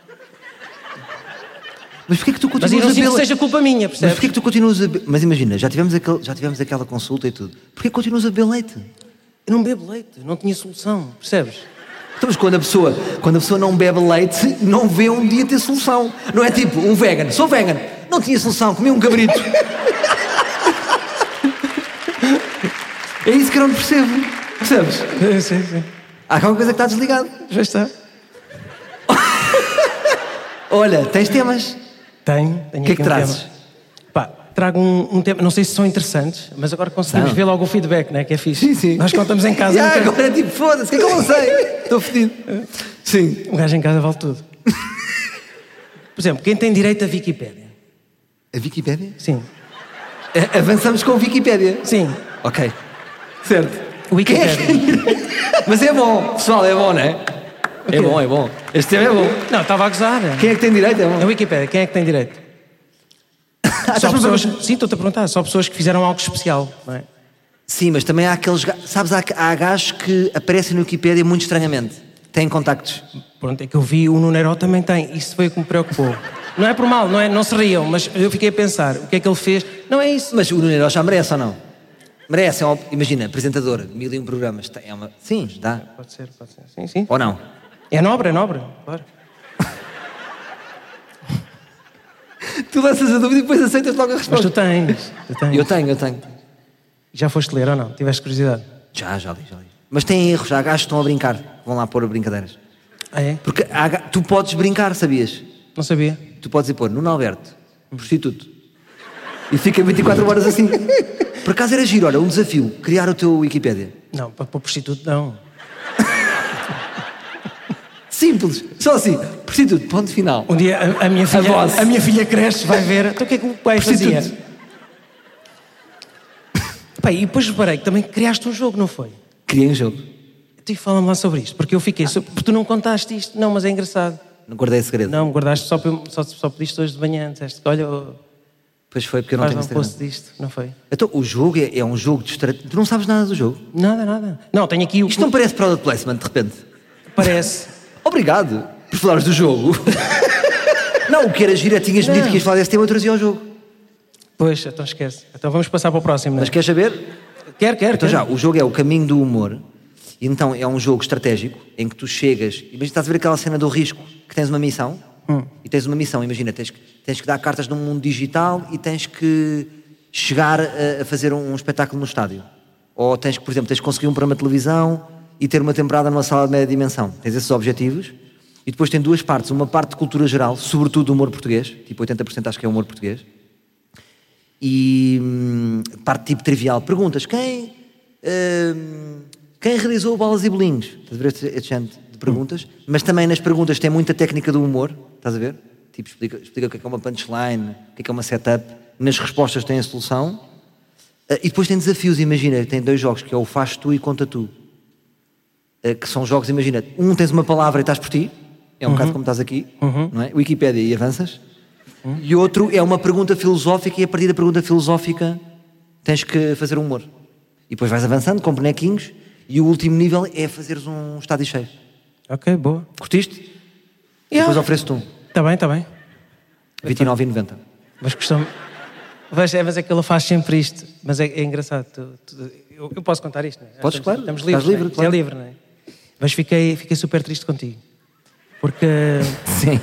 B: Mas porquê é que tu
C: mas eu
B: continuas
C: não
B: a
C: sinto que
B: bela...
C: seja culpa minha,
B: Mas
C: percebes?
B: porquê que tu continuas a... be- Mas imagina, já tivemos, aquele, já tivemos aquela consulta e tudo. Porquê que continuas a beber leite?
C: Eu não bebo leite, não tinha solução, percebes?
B: Então, mas quando a, pessoa, quando a pessoa não bebe leite, não vê um dia ter solução. Não é tipo, um vegan, sou vegan, não tinha solução, comi um cabrito. é isso que eu não percebo. Percebes?
C: sim, sim.
B: Há alguma coisa que está desligado.
C: Já está.
B: Olha, tens temas.
C: Tenho, tenho
B: O que é
C: aqui
B: que
C: um
B: trazes?
C: tema. Pá, trago um, um tema, não sei se são interessantes, mas agora conseguimos
B: São.
C: ver logo o feedback, né? que é fixe.
B: Sim, sim.
C: Nós contamos em casa.
B: E
C: nunca-
B: agora é tipo, foda-se, o que é que eu não sei? Estou fedido. Sim.
C: Um gajo em casa vale tudo. Por exemplo, quem tem direito à Wikipédia?
B: A Wikipédia?
C: Sim.
B: A- avançamos com a Wikipédia.
C: Sim.
B: Ok. Certo.
C: Wikipédia.
B: Mas é bom, pessoal, é bom, não é? É bom, é bom. Este tema é bom.
C: Não, estava a gozar.
B: Quem é que tem direito? É bom.
C: A Wikipédia, quem é que tem direito?
B: estás-me
C: só
B: Ah, a
C: pessoas... Sim, estou-te a perguntar. Só pessoas que fizeram algo especial, não é?
B: Sim, mas também há aqueles. ga- Sabes, há, há gajos que aparecem no Wikipédia muito estranhamente. Têm contactos.
C: Pronto, é que eu vi o Nuneiro também tem. Isso foi o que me preocupou. Não é por mal, não, é, não se riam, mas eu fiquei a pensar. O que é que ele fez? Não é isso.
B: Mas o Nuno já merece ou não? Merece. é uma- Imagina, apresentadora, mil e um programas. tem- É uma... Sim, dá.
C: Pode ser, pode ser. Sim, sim.
B: Ou não?
C: É nobre, é nobre. Claro.
B: Tu lanças a dúvida e depois aceitas logo a
C: Mas tu
B: resposta.
C: tens. Tu tens.
B: Eu tenho, eu tenho.
C: Já foste ler ou não? Tiveste curiosidade?
B: Já, já li, já li. Mas tem erros, há gajos que estão a brincar, que vão lá pôr brincadeiras.
C: Ah, é?
B: Porque há ga- tu podes brincar, sabias?
C: Não sabia.
B: Tu podes ir pôr Nuno Alberto, um prostituto. E fica 24 horas assim. Por acaso era giro, olha, um desafio, criar o teu Wikipédia.
C: Não, para, para prostituto não.
B: Simples, só assim, prostituto, ponto final.
C: Um dia a, a minha filha,
B: A voz.
C: a, minha filha cresce, vai ver. Então o que é que o pai fazia?
B: Prostituto.
C: Pá, e depois reparei que também criaste um jogo, não foi?
B: Criei um jogo.
C: Tu fala-me lá sobre isto, porque eu fiquei. so- Porque tu não contaste isto. Não, mas é engraçado.
B: Não guardei segredo.
C: Não, guardaste só, para eu- só, só pediste hoje de manhã. Disseste, olha, oh,
B: Pois foi, porque eu não
C: faz
B: tenho
C: um
B: Instagram.
C: post disto, não foi?
B: Então, o jogo é, é um jogo de estratégia. Tu não sabes nada do jogo.
C: Nada, nada. Não, tenho aqui o
B: Isto não parece Product Placement, de repente.
C: parece.
B: Obrigado por falares do jogo. não, o que era giro é tinhas me dito
C: Não.
B: que ias falar desse tema e eu trazia ao jogo.
C: Pois, então esquece. Então vamos passar para o próximo.
B: Mas queres saber?
C: Quer, quer,
B: Então
C: quer.
B: já, o jogo é o caminho do humor. E Então é um jogo estratégico em que tu chegas. Imagina, estás a ver aquela cena do risco que tens uma missão e tens uma missão. Imagina, tens, que- tens que dar cartas num mundo digital e tens que chegar a, a fazer um, espetáculo no estádio. Ou tens que, por exemplo, tens que conseguir um programa de televisão e ter uma temporada numa sala de média dimensão. Tens esses objetivos. E depois tem duas partes. Uma parte de cultura geral, sobretudo do humor português. Tipo 80% acho que é humor português e hum, parte tipo trivial. Perguntas: quem, hum, quem realizou o Balas e Bolinhos? Estás a ver este, este género de perguntas? Mas também nas perguntas tem muita técnica do humor, estás a ver? Tipo, explica, explica o que é que é uma punchline, o que é que é uma setup. Nas respostas tem a solução. Ah, E depois tem desafios, imagina, tem dois jogos, que é o Faz Tu e Conta Tu. Ah, Que são jogos, imagina, um tens uma palavra e estás por ti, é um bocado como estás aqui, não é? Wikipédia e avanças. E outro é uma pergunta filosófica e a partir da pergunta filosófica tens que fazer humor. E depois vais avançando com bonequinhos e o último nível é fazeres um estádio cheio.
C: Ok, boa.
B: Curtiste? Depois
C: Yeah.
B: ofereço-te um.
C: Está bem, está bem.
B: 29,90.
C: Mas costumo. Mas é, mas é que ele faz sempre isto. Mas é, é engraçado. tu- tu- eu, eu posso contar isto, não é?
B: Podes,
C: Estamos-
B: claro.
C: Estamos
B: Estás
C: livres. não é?
B: livre, claro.
C: É livre, não é? Mas fiquei, fiquei super triste contigo. Porque.
B: Sim.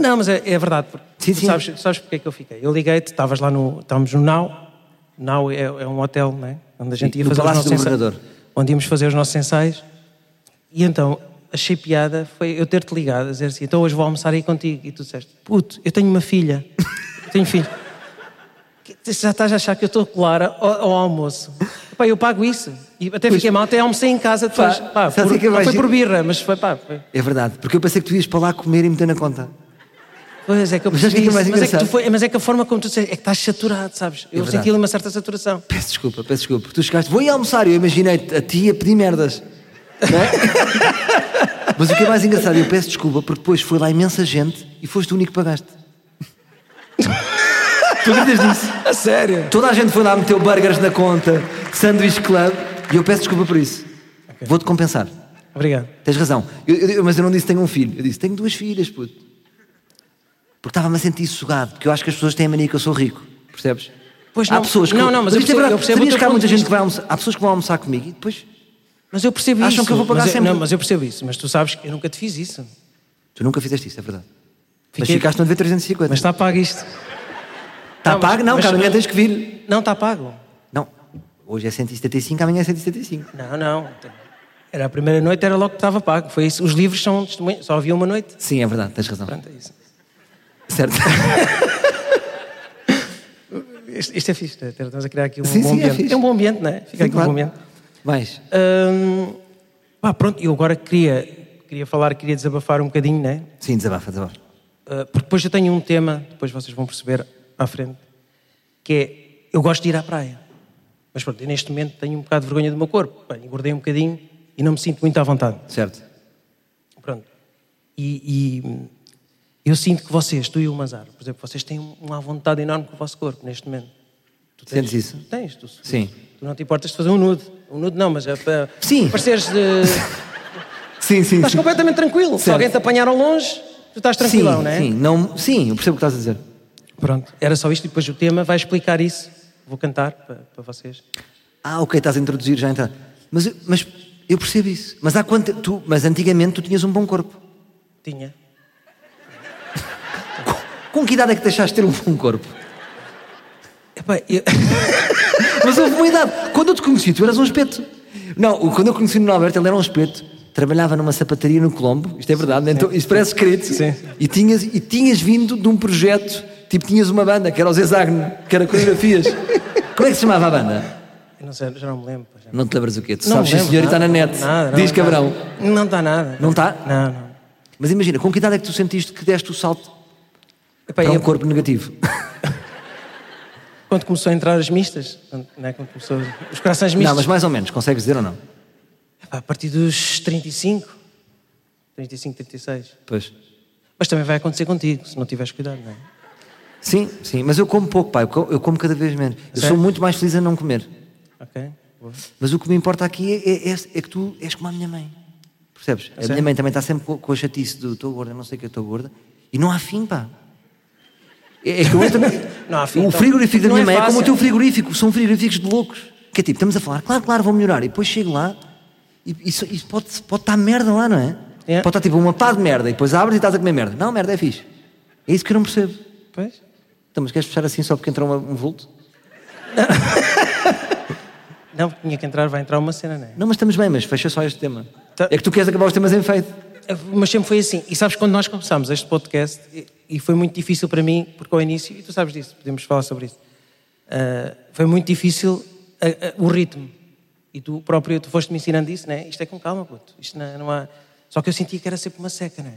C: Não, mas é, é verdade. Porque
B: Sim,
C: tu
B: sim.
C: Sabes, sabes porque é que eu fiquei? Eu liguei-te, estavas lá no. Estávamos no Nau. Nau é, é um hotel, não é? Onde a gente ia
B: no
C: fazer os
B: Palácio
C: nossos
B: do
C: ensaios.
B: Governador.
C: Onde íamos fazer os nossos ensaios. E então, achei piada foi eu ter-te ligado a dizer assim: então hoje vou almoçar aí contigo. E tu disseste: puto, eu tenho uma filha. Eu tenho filho. Que- tu Já estás a achar que eu estou a colar ao, ao almoço. Pá, eu pago isso. E até fiquei mal, até almocei em casa depois.
B: Pá,
C: Pá,
B: sabes
C: por-
B: o que é
C: não foi
B: mais
C: por
B: giro?
C: birra, mas foi pá. Foi.
B: É verdade, porque eu pensei que tu ias para lá comer e meter na conta.
C: Pois é que eu
B: Mas sabes
C: percebi
B: o que é mais
C: isso. mas, é que tu
B: engraçado? É
C: foi- mas é que a forma como tu disseste, é que estás saturado, sabes? Eu
B: verdade.
C: senti ali uma certa saturação.
B: Peço desculpa, peço desculpa. Porque tu chegaste, vou ir almoçar, eu imaginei a ti a pedir merdas. Não é? Mas o que é mais engraçado, eu peço desculpa, porque depois foi lá imensa gente e foste o único que pagaste. tu acreditas nisso?
C: A sério?
B: Toda a gente foi lá meter burgers na conta, sanduíche club, e eu peço desculpa por isso. Vou-te compensar.
C: Obrigado.
B: Tens razão. Eu- eu- mas eu não disse tenho um filho. Eu disse tenho duas filhas, puto. Porque estava-me a sentir sugado, porque eu acho que as pessoas têm a mania que eu sou rico. Percebes?
C: Pois
B: Há
C: não.
B: pessoas que.
C: Não, não, mas eu
B: isto é
C: percebo-
B: verdade.
C: eu percebo o
B: Sabias
C: teu
B: que há
C: ponto
B: muita
C: de
B: gente
C: vista.
B: que vai almoçar. Há pessoas que vão almoçar comigo e depois.
C: Mas eu percebo
B: Acham
C: isso.
B: que eu vou pagar
C: mas é-
B: sempre.
C: Não, mas eu percebo isso. Mas tu sabes que eu nunca te fiz isso.
B: Tu nunca fizeste isto, é verdade. Mas
C: Fiquei-
B: ficaste no dever 350.
C: Mas está pago isto.
B: Está
C: não, mas-
B: Tá pago? Não,
C: mas-
B: cara, amanhã tens que vir.
C: Não está pago.
B: Não. Hoje é 175, amanhã é 175.
C: Não, não. Era a primeira noite, era logo que estava pago. Foi isso. Os livros são testemunhos. Só havia uma noite.
B: Sim, é verdade, tens razão.
C: Pronto, é isso.
B: Certo.
C: Isto, isto é fixe. né? Estamos a criar aqui um
B: Sim,
C: bom
B: sim, é
C: ambiente.
B: fixe.
C: um bom ambiente, não é? Fica aqui um bom ambiente.
B: Mais.
C: Hum, pá, pronto, eu agora queria, queria falar, queria desabafar um bocadinho, né?
B: Sim, desabafa, desabafa.
C: Uh, porque depois eu tenho um tema, depois vocês vão perceber à frente, que é eu gosto de ir à praia. Mas pronto, eu neste momento tenho um bocado de vergonha do meu corpo. Bem, engordei um bocadinho e não me sinto muito à vontade.
B: Certo.
C: Pronto. E, e, hum, eu sinto que vocês, tu e o Mazar, por exemplo, vocês têm um, uma vontade enorme com o vosso corpo neste momento. Tu
B: Sentes isso?
C: Tens, tu,
B: Sim.
C: tu não te importas de fazer um nude. Um nude não, mas é para
B: Sim.
C: pareceres de.
B: Sim, sim.
C: Estás
B: sim.
C: completamente tranquilo. Se
B: Certo.
C: alguém te apanhar ao longe, tu estás tranquilão,
B: sim,
C: não é?
B: Sim, não, sim, eu percebo o que estás a dizer.
C: Pronto, era só isto e depois o tema vai explicar isso. Vou cantar para, para vocês.
B: Ah, ok, estás a introduzir já então. Mas, eu- mas eu percebo isso. Mas há quanto tu, mas antigamente tu tinhas um bom corpo.
C: Tinha.
B: Com que idade é que deixaste de ter um bom corpo?
C: Epá, eu-
B: Mas houve uma idade. Quando eu te conheci, tu eras um espeto. Não, o- quando eu conheci o Nuno Alberto, ele era um espeto. Trabalhava numa sapataria no Colombo, isto é verdade, né? então, isto parece escrito.
C: Sim.
B: E tinhas, e tinhas vindo de um projeto, tipo, tinhas uma banda, que era o Zezagno, que era coreografias. Como é que se chamava a banda?
C: eu não sei, já não me lembro. pá, Já.
B: Não te lembras o quê? Tu
C: Não
B: sabes,
C: me
B: sim,
C: lembro,
B: senhor, e está na
C: nada,
B: net.
C: nada,
B: Diz
C: nada,
B: cabrão.
C: nada. Não está nada.
B: Não está?
C: Não, não.
B: Mas imagina, com que idade é que tu sentiste que deste o salto
C: Epá,
B: para um
C: eu-
B: corpo negativo?
C: quando começou a entrar as mistas, quando, né, quando começou os corações mistos,
B: Não, mas mais ou menos, consegues dizer ou não?
C: epá, a partir dos 35, 35, 36.
B: Pois.
C: Mas também vai acontecer contigo, se não tiveres cuidado, não é?
B: Sim, sim, mas eu como pouco, pai, eu co- eu como cada vez menos. Eu
C: Sério?
B: sou muito mais feliz a não comer.
C: Ok? Boa.
B: Mas o que me importa aqui é, é- é- é que tu és como a minha mãe.
C: Tá
B: Percebes? A minha mãe também está sempre co- com a chatice do estou gorda, não sei que eu estou gorda. E não há fim, pá. É, é que eu entro-
C: Não há fim,
B: o
C: então.
B: frigorífico da
C: Não
B: minha
C: é
B: mãe é como
C: fácil.
B: o teu frigorífico, são frigoríficos de loucos. Que é tipo, estamos a falar, claro, claro, vou melhorar. E depois chego lá e, e só- e pode, pode estar merda lá, não é?
C: Yeah.
B: Pode estar tipo uma pá de merda e depois abres e estás a comer merda. Não, merda é fixe. É isso que eu não percebo.
C: Pois?
B: Então, mas queres fechar assim só porque entrou uma- um vulto?
C: Não, tinha que entrar, vai entrar uma cena, não é?
B: Não, mas estamos bem, mas fecha só este tema.
C: Tá.
B: É que tu queres acabar os temas em feito.
C: Mas sempre foi assim. E sabes, quando nós começámos este podcast, e- e foi muito difícil para mim, porque ao início, e tu sabes disso, podemos falar sobre isso, ah, foi muito difícil ah, ah, o ritmo. E tu próprio, tu foste me ensinando isso, né? Isto é com calma, puto. Isto não, não há... Só que eu sentia que era sempre uma seca, né?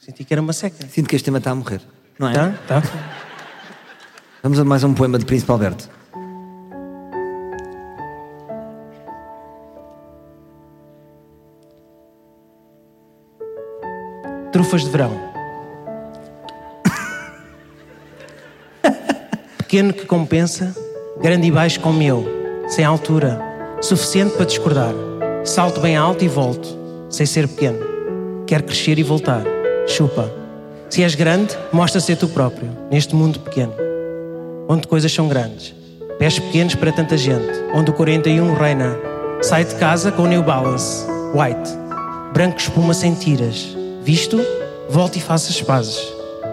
C: Senti que era uma seca.
B: Sinto que este tema está a morrer, não é?
C: Tá? Tá?
B: Vamos a mais um poema de Príncipe Alberto.
C: trufas de verão. Pequeno que compensa, grande e baixo como eu, sem altura, suficiente para discordar. Salto bem alto e volto, sem ser pequeno. Quero crescer e voltar. Chupa. Se és grande, mostra ser tu próprio, neste mundo pequeno onde coisas são grandes, pés pequenos para tanta gente, onde o 41 reina. Sai de casa com New Balance, white, branco espuma sem tiras. Visto, volta e faça as pazes,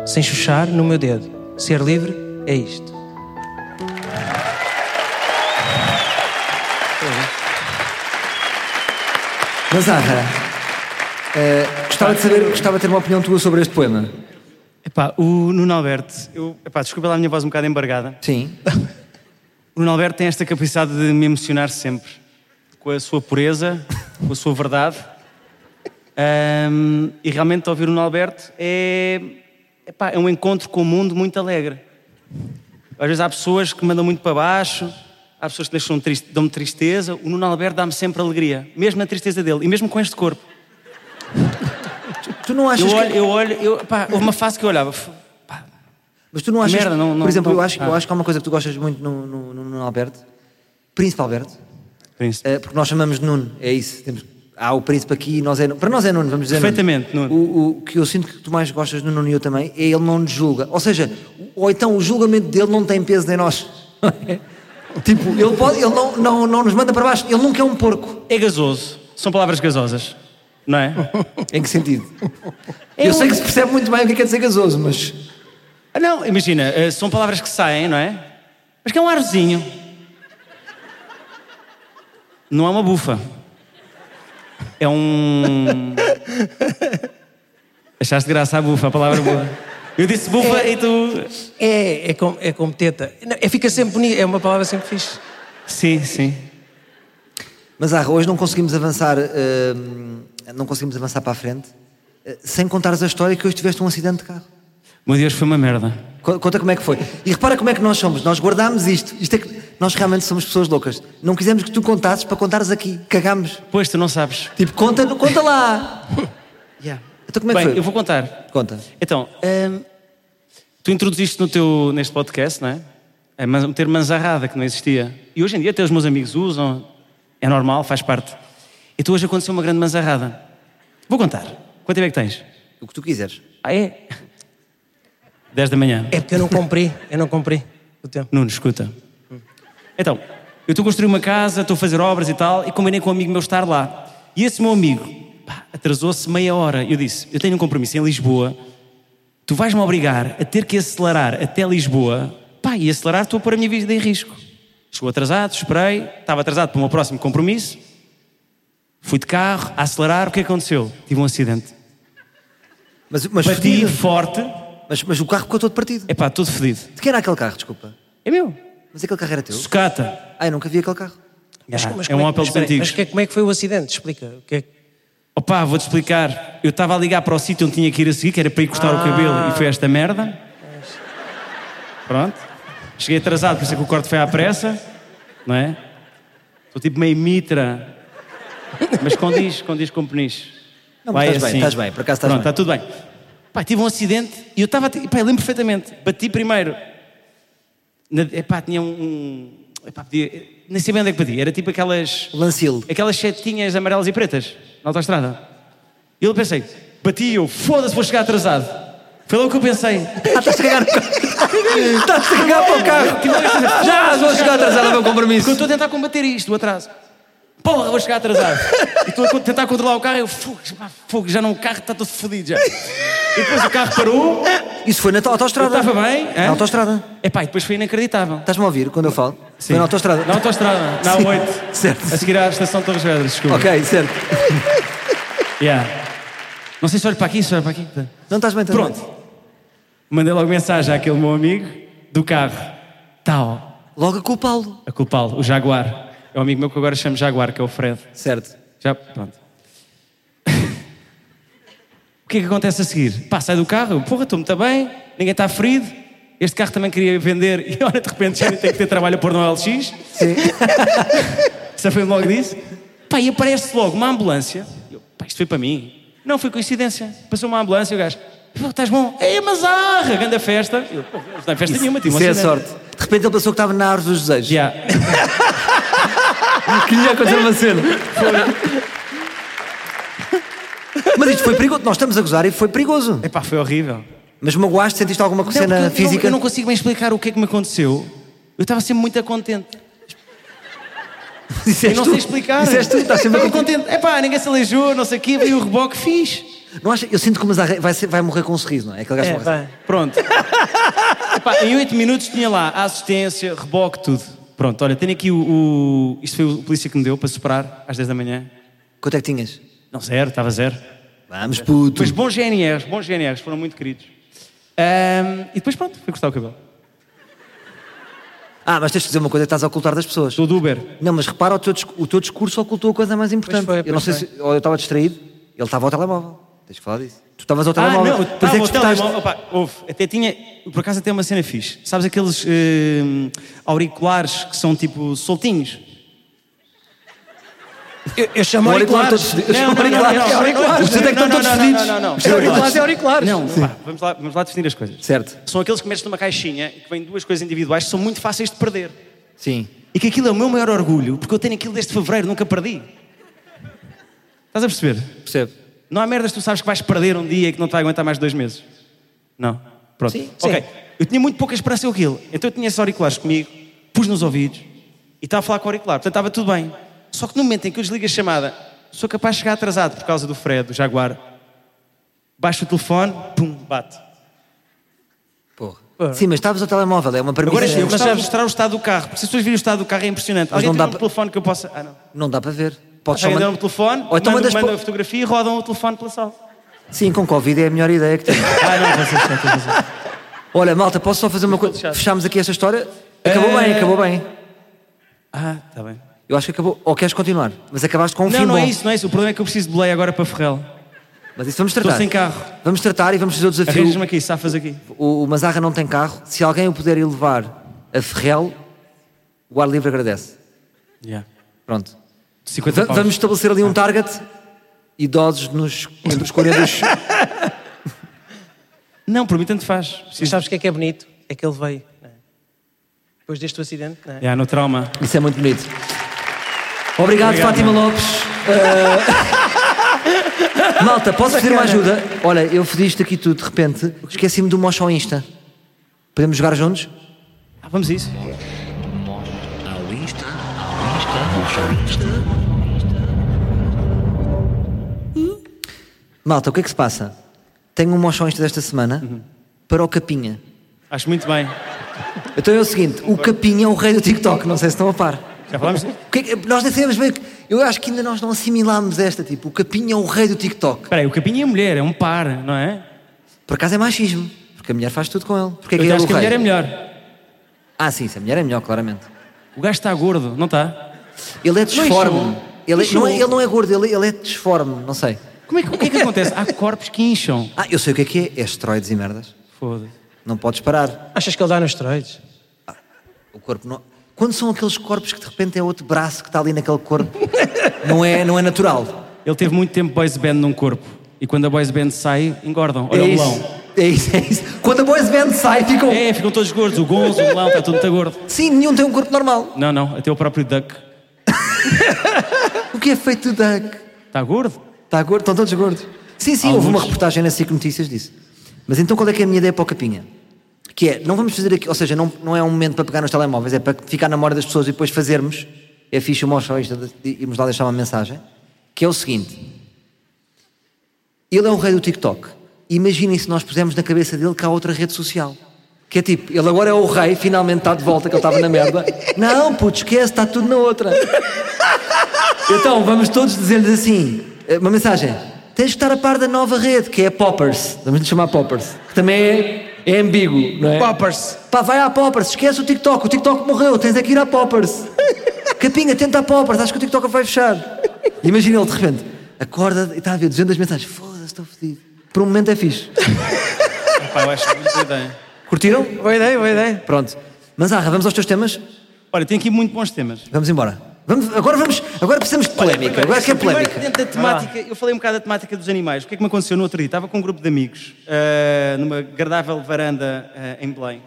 C: sem chuchar no meu dedo. Ser livre é isto.
B: Mas Zahra, eh, gostava de saber, gostava de ter uma opinião tua sobre este poema.
E: Epá, o Nuno Alberto, eu, epá, desculpa lá a minha voz um bocado embargada.
B: Sim.
E: O Nuno Alberto tem esta capacidade de me emocionar sempre, com a sua pureza, com a sua verdade. Ahm, e realmente ouvir o Nuno Alberto é, epá, é um encontro com o mundo muito alegre. Às vezes há pessoas que me mandam muito para baixo, há pessoas que deixam triste, dão-me tristeza. O Nuno Alberto dá-me sempre alegria, mesmo na tristeza dele e mesmo com este corpo.
B: Tu não achas
E: Eu olho,
B: que...
E: eu olho, eu, epá, houve uma fase que eu olhava, "F- pá,
B: Mas tu não achas...
E: Merda, não- não-
B: por exemplo,
E: não-
B: eu, acho, eu
E: ah.
B: acho que há uma coisa que tu gostas muito no, no, no, no Alberto. Príncipe Alberto.
E: Príncipe.
B: Eh, porque nós chamamos de Nuno, é isso. Temos- há o príncipe aqui e nós é Nuno. Para nós é Nuno, vamos dizer
E: Perfeitamente,
B: Nuno.
E: Nuno.
B: O, o que eu sinto que tu mais gostas do Nuno e eu também é ele não nos julga. Ou seja, ou então o julgamento dele não tem peso em nós. tipo, ele, pode, ele não, não, não nos manda para baixo. Ele nunca é um porco.
E: É gasoso. São palavras gasosas, não é?
B: Em que sentido? eu sei que se percebe muito bem o que é que quer dizer gasoso, mas...
E: Ah, não, imagina, eh, são palavras que saem, não é? Mas que é um arzinho. Não é uma bufa. É um. Achaste graça a bufa, a palavra boa. Eu disse bufa e tu.
C: É, é, com, é como teta. Não, é, fica sempre bonito, é uma palavra sempre fixe.
E: Sim, sim.
B: Mas ah, hoje não conseguimos avançar, eh, não conseguimos avançar para a frente eh, sem contares a história que hoje tiveste um acidente de carro.
E: Meu Deus, foi uma merda.
B: Co- Conta como é que foi. E repara como é que nós somos. Nós guardámos isto. Isto é que nós realmente somos pessoas loucas. Não quisemos que tu contasses para contares aqui. Cagámos.
E: Pois, tu não sabes.
B: Tipo, conta, conta lá.
E: Yeah.
B: Então como é que
E: Bem,
B: foi?
E: eu vou contar.
B: Conta.
E: Então, hum, tu introduziste no teu, neste podcast, não é? É man- um termo manzarrada que não existia. E hoje em dia até os meus amigos usam, é normal, faz parte. Então hoje aconteceu uma grande manzarrada. Vou contar. Quanto tempo é que tens?
B: O que tu quiseres.
E: Ah, é? 10 da manhã.
C: É porque eu não cumpri, eu não cumpri o tempo.
E: Nuno, escuta. Então, eu estou a construir uma casa, estou a fazer obras e tal, e combinei com um amigo meu estar lá. E esse meu amigo, pá, atrasou-se meia hora. Eu disse: Eu tenho um compromisso em Lisboa, tu vais-me obrigar a ter que acelerar até Lisboa, pá, e acelerar estou a pôr a minha vida em risco. Chegou atrasado, esperei, estava atrasado para o meu próximo compromisso, fui de carro, a acelerar, o que é que aconteceu? Tive um acidente.
B: Mas, mas,
E: Bati
B: fodido.
E: forte,
B: mas, mas o carro ficou todo partido.
E: é pá, todo fedido.
B: De quem era aquele carro, desculpa?
E: É meu.
B: Mas aquele carro era teu?
E: Sucata.
B: Ah, eu nunca vi aquele carro.
C: Mas,
E: Ah,
C: mas
E: é
C: como
E: um
C: que-
E: Opel
C: mas
E: dos
C: espera aí,
E: antigos.
C: Mas que é- como é que foi o acidente? Explica. O que é que-
E: Opa, vou-te explicar. Eu estava a ligar para o sítio onde tinha que ir a seguir, que era para ir cortar o cabelo, e foi esta merda. Pronto. Cheguei atrasado, por isso é que o corte foi à pressa, não é? Estou tipo meio mitra. Mas condiz, condiz com peniche.
B: Não, mas
E: Vai assim.
B: estás bem, estás bem, por acaso estás
E: Pronto,
B: bem.
E: está tudo bem. Pá, tive um acidente e eu estava. a ti- Pá, eu lembro perfeitamente. Bati primeiro. Na, epá, tinha um. um epá, podia, nem sei bem onde é que bati. Era tipo aquelas.
B: Lancil.
E: Aquelas setinhas amarelas e pretas na autoestrada. E eu pensei, bati e eu, foda-se, vou chegar atrasado. Foi logo que eu pensei.
B: Ah, estás a cagar o carro. Estás a cagar para o carro. é Já vou chegar atrasado ao meu compromisso.
E: Porque eu estou a tentar combater isto, o atraso. Porra, vou chegar atrasado. E estou a co- tentar controlar o carro, eu, fogo, pá, fogo, já não, o carro está todo fodido já. E depois o carro parou,
B: Isso foi na
E: eu
B: autostrada.
E: estava bem. hã?
B: Na autoestrada.
E: Epá, e depois foi inacreditável.
B: Estás-me a ouvir quando eu falo?
E: Sim.
B: Foi na autostrada.
E: Na autoestrada, na Assim.
B: Sim.
E: A8.
B: Certo.
E: A seguir à estação de Torres Vedras, desculpa.
B: Ok, certo.
E: Yeah. Não sei se olho para aqui, se olho para aqui.
B: Não Então estás bem, estás bem.
E: Pronto. Mandei logo mensagem àquele meu amigo do carro. Tal,
B: Logo com o Paulo.
E: a culpá-lo, o Jaguar. É um amigo meu que agora chamo Jaguar, que é o Fred.
B: Certo.
E: Já, pronto. o que é que acontece a seguir? Pá, sai do carro, eu, porra, estou-me bem, ninguém está ferido. Este carro também queria vender e olha, de repente já nem tenho que ter trabalho a pôr no LX.
B: Sim.
E: Safei-me logo disso. Pá, e aparece logo uma ambulância. Eu, pá, isto foi para mim. Não, foi coincidência. Passou uma ambulância e o gajo, "Pô, estás bom? Ei, mas arra, grande festa. Eu, "Pô, não é festa nenhuma, tive
B: Isso
E: uma
B: é a sorte.
E: acidente."
B: De repente ele pensou que estava na árvore dos desejos.
E: Já.
B: Que lhe ia acontecer uma cena. Mas isto foi perigoso. Nós estamos a gozar e foi perigoso.
E: Epá, foi horrível.
B: Mas magoaste, sentiste alguma
E: Não, porque eu
B: cena
E: não-
B: física?
E: eu não consigo bem explicar o que é que me aconteceu. Eu estava sempre muito contente.
B: Disseste
E: Eu não
B: tu.
E: sei explicar.
B: Disseste tu, estás sempre a
E: Estava contente. Epá, ninguém se aleijou, não sei o quê, veio o reboque, fiz.
B: Não acha? Eu sinto que o Mazarre vai, ser- vai morrer com um sorriso, não é? Aquele gajo
C: É,
B: que morre assim.
C: vai.
E: Pronto. Epá, em 8 minutos tinha lá a assistência, reboque, tudo. Pronto, olha, tenho aqui o, o. Isto foi o polícia que me deu para superar às 10 da manhã.
B: Quanto é que tinhas?
E: Não, zero, estava zero.
B: Vamos, puto.
E: Mas bons GNRs, bons GNRs, foram muito queridos. Ahm, e depois pronto, fui cortar o cabelo.
B: Ah, mas tens de dizer uma coisa que estás a ocultar das pessoas.
E: Sou do Uber.
B: Não, mas repara, o teu, discu- o teu discurso ocultou a coisa mais importante.
C: foi,
B: eu não sei
C: pois
B: se. Ou eu estava distraído, ele estava ao telemóvel. Tens que falar disso. Tu estavas ao
E: Ah,
B: telemóvel.
E: não,
B: por isso
E: estava
B: é que
E: o
B: despertaste.
E: telemóvel. Opa, houve. Até tinha, por acaso até uma cena fixe. Sabes aqueles eh, auriculares que são tipo soltinhos?
C: Eu, eu chamo
B: O auricular
C: auriculares.
B: todos- eu chamo auriculares. Os teus é que estão todos fedidos.
E: Não, não, não.
B: Os teus auriculares
C: é auriculares.
E: Não, pá, vamos lá, vamos lá definir as coisas.
B: Certo.
E: São aqueles que metes numa caixinha e que vêm duas coisas individuais que são muito fáceis de perder.
B: Sim.
E: E que aquilo é o meu maior orgulho, porque eu tenho aquilo desde fevereiro, nunca perdi. Estás a perceber?
B: Percebo.
E: Não há merdas que tu sabes que vais perder um dia e que não te vai aguentar mais dois meses. Não. Pronto.
B: Sim,
E: ok.
B: sim.
E: Eu tinha muito pouca esperança com aquilo. Então eu tinha esses auriculares comigo, pus nos ouvidos e estava a falar com o auricular. Portanto estava tudo bem. Só que no momento em que eu desligo a chamada, sou capaz de chegar atrasado por causa do Fred, do Jaguar. Baixo o telefone, pum, bate.
B: Porra. Sim, mas estavas ao telemóvel, é uma premissa.
E: Agora eu
B: mas
E: gostava de mostrar o estado do carro, porque se as pessoas virem o estado do carro é impressionante.
B: Mas
E: Alguém
B: não
E: tem
B: dá
E: um
B: pa-
E: telefone que eu possa. Ah, não.
B: não dá para ver. Podes só
E: Alguém
B: mandar-
E: dá um telefone,
B: Ou então
E: mandam,
B: mandas
E: mandam
B: po-
E: a fotografia e rodam o telefone pela sala.
B: Sim, com Covid é a melhor ideia que tens.
E: Ah, não, vocês estão, vocês estão.
B: Olha, malta, posso só fazer uma coisa? Fechámos aqui esta história? Acabou
E: Eh,
B: bem, acabou bem.
E: Ah,
B: tá
E: está bem.
B: Eu acho que acabou. Ou queres continuar? Mas acabaste com um fim
E: Não, não
B: bom.
E: é isso, não é isso. O problema é que eu preciso de boleia agora para Ferrel.
B: Mas isso vamos tratar.
E: Estou sem carro.
B: Vamos tratar e vamos fazer o desafio.
E: Arranjas-me aqui, safas aqui.
B: O, o Mazarra não tem carro. Se alguém o puder ir levar a Ferrel, o ar livre agradece. Pronto. Va-
E: 50 paus.
B: vamos estabelecer ali um target. Idosos nos, entre os 40 dos...
E: Não, por mim tanto faz.
C: Mas
E: Preciso...
C: sabes o que é que é bonito? É que ele veio. não é? Depois deste acidente, não é?
E: Yeah, no trauma.
B: Isso é muito bonito. Obrigado,
E: Obrigado,
B: Fátima Lopes. Eh, Malta, posso pedir uma ajuda? Olha, eu fodi isto aqui tudo de repente. Esqueci-me do Mosh ao Insta. Podemos jogar juntos?
E: Ah, vamos a isso.
B: Malta, o que é que se passa? Tenho um Mosh ao Insta desta semana para o Capinha.
E: Acho muito bem.
B: Então é o seguinte: o Capinha é o rei do TikTok. Não sei se estão a par.
E: Já falámos?
B: O que é que- nós nem sabemos bem. Eu acho que ainda nós não assimilámos esta. Tipo, o Capinha é o rei do TikTok.
E: Espera aí, o capinha é mulher, é um par, não é?
B: Por acaso é machismo. Porque a mulher faz tudo com ele. Porque é que
E: Eu
B: ele é
E: acho
B: o
E: que a mulher é
B: rei?
E: melhor.
B: Ah, sim, se a mulher é melhor, claramente.
E: O gajo está gordo, não está?
B: Ele é disforme.
E: inchou.
B: Ele, é- não é,
E: Inchou.
B: ele não é gordo, ele, ele é disforme, não sei.
E: Como é que, o que é que acontece? Há corpos que incham.
B: Ah, eu sei o que é que é. É esteroides e merdas.
E: Foda-se.
B: Não podes parar.
C: Achas que ele dá nos esteroides?
B: O corpo não. Quando são aqueles corpos que de repente é outro braço que está ali naquele corpo, não é, não é natural.
E: Ele teve muito tempo boys band num corpo. E quando a boys band sai, engordam. Olha
B: é,
E: o
B: isso,
E: melão.
B: é isso, é isso. Quando a boys band sai, ficam.
E: É, ficam todos gordos. O gonzo, o melão, está tudo muito gordo.
B: Sim, nenhum tem um corpo normal.
E: Não, não, até o próprio duck.
B: O que é feito da.
E: Está gordo?
B: Está gordo? Estão todos gordos? Sim, sim, houve
E: Alguns.
B: uma reportagem na SIC Notícias disso. Mas então qual é que é a minha ideia para o Capinha? Que é, não vamos fazer aqui, ou seja, não, não é um momento para pegar nos telemóveis, é para ficar na memória das pessoas e depois fazermos, é fixe, mostra isto e irmos lá deixar uma mensagem, que é o seguinte, ele é o rei do TikTok, imaginem se nós pusemos na cabeça dele que há outra rede social, que é tipo, ele agora é o rei, finalmente está de volta, que ele estava na merda, não, puto, esquece, está tudo na outra. Então, vamos todos dizer-lhes assim, eh, uma mensagem. Tens de estar a par da nova rede, que é a Poppers. Vamos lhe chamar Poppers. Que também é, é ambíguo, não é?
C: Poppers.
B: Pá, vai à Poppers, esquece o TikTok. O TikTok morreu, tens é que ir à Poppers. Capinha, tenta a Poppers, acho que o TikTok vai fechar. E Imagina ele, de repente, acorda e está a ver 200 mensagens. Foda-se, estou fodido. Por um momento é fixe.
E: Pá, eu acho muito boa ideia.
B: Curtiram?
C: Boa ideia, boa ideia.
B: Pronto. Mas, ah, vamos aos teus temas?
E: Olha, tem aqui muito bons temas.
B: Vamos embora. Vamos Vamos, agora, vamos, agora precisamos de polémica. Agora que é
E: Primeiro,
B: polémica.
E: dentro da temática, eu falei um bocado da temática dos animais. O que é que me aconteceu no outro dia? Estava com um grupo de amigos ah, numa agradável varanda ah, em Belém.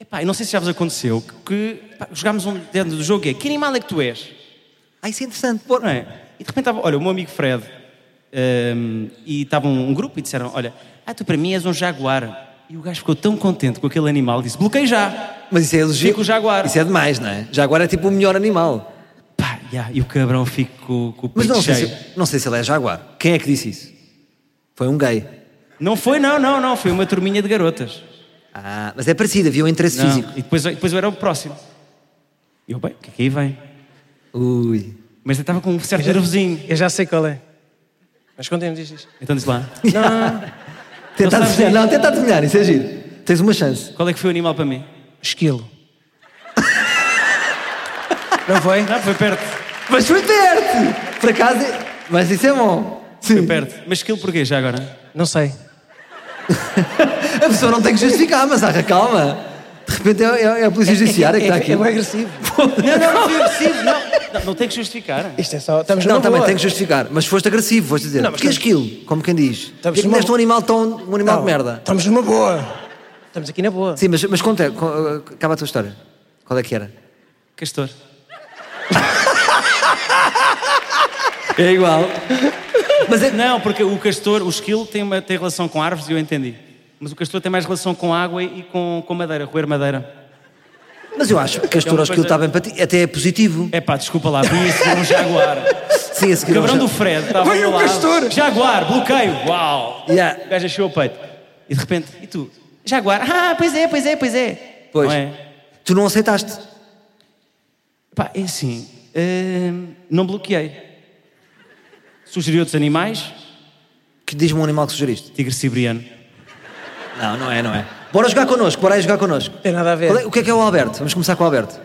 E: Epá, eu não sei se já vos aconteceu que pá, jogámos um dentro do jogo e é que animal é que tu és?
B: Ah, isso é interessante.
E: Pô, não é? E de repente estava, olha, o meu amigo Fred hum, e estava um, um grupo e disseram: Olha, ah, tu para mim és um jaguar. E o gajo ficou tão contente com aquele animal disse: Bloqueio já.
B: Mas isso é elogio.
E: Fica o jaguar.
B: Isso é demais, não é? Jaguar é tipo o melhor animal.
E: Pá, já, e o cabrão ficou com o
B: Mas
E: peito
B: não sei,
E: cheio.
B: se, não sei se ele é jaguar. Quem é que disse isso? Foi um gay.
E: Não foi, não, não, não. Foi uma turminha de garotas.
B: Ah, mas é parecido, havia um interesse
E: Não.
B: físico.
E: E depois, depois eu era o próximo. E eu, bem, o que é que aí vem?
B: Ui.
E: Mas eu estava com um certo nervosinho.
C: Eu já sei qual é. Mas contem-me diz isto.
E: Então disse lá:
B: Tenta
E: sabes
B: adivinhar,
E: dizer.
B: não, tenta adivinhar, isso é giro. Tens uma chance.
E: Qual é que foi o animal para mim?
C: Esquilo. Não foi?
E: Não, Ah, foi perto,
B: Mas foi perto! Por acaso, mas isso é bom. Sim.
E: foi perto. Mas aquilo porquê já agora?
C: Não sei.
B: A pessoa não tem que justificar, mas arra, calma. De repente é, é- é a polícia judiciária que está aqui.
C: É bem agressivo.
E: Não, não, não foi agressivo, não. Não, não tem que justificar.
C: Isto é só. Estamos
B: Não,
C: numa
B: também
C: boa.
B: tem que justificar. Mas foste agressivo, foste dizer.
C: Não, mas
B: Porque és
C: estamos-
B: aquilo, como quem diz. Porque é
C: Estamos
B: que
C: numa-
B: deste um animal tão. um animal
C: Não,
B: de merda.
C: Estamos numa boa. Estamos aqui na boa.
B: Sim, mas, mas conta, co- uh, acaba a tua história. Qual é que era?
E: Castor.
B: É igual. Mas é,
E: Não, porque o castor, o esquilo tem, uma, tem relação com árvores e eu entendi. Mas o castor tem mais relação com água e com, com madeira, roer madeira.
B: mas eu acho que Castor
E: uma
B: acho que ele
E: coisa-
B: está bem para ti. Até é positivo.
E: É pá, desculpa lá, vi esse um jaguar.
B: Sim, a
E: O
B: seguir.
E: cabrão
B: ao
E: do
B: ja-
E: Fred estava
C: Veio
E: ao
C: o
E: lado.
C: castor!
E: Jaguar, bloqueio, uau!
B: Yeah.
E: O gajo achou o peito. E de repente, e tu? Jaguar, ah, pois é, pois é, pois é.
B: Pois.
E: Não é?
B: Tu não aceitaste.
E: Pá, é assim, hum, não bloqueei. Sugeri outros animais,
B: Que diz-me um animal que sugeriste.
E: tigre siberiano.
B: Não, não é, não é. Bora jogar connosco, bora aí jogar connosco.
C: Tem nada a ver.
B: Qual é- o que é que é o Alberto? Vamos começar com o Alberto.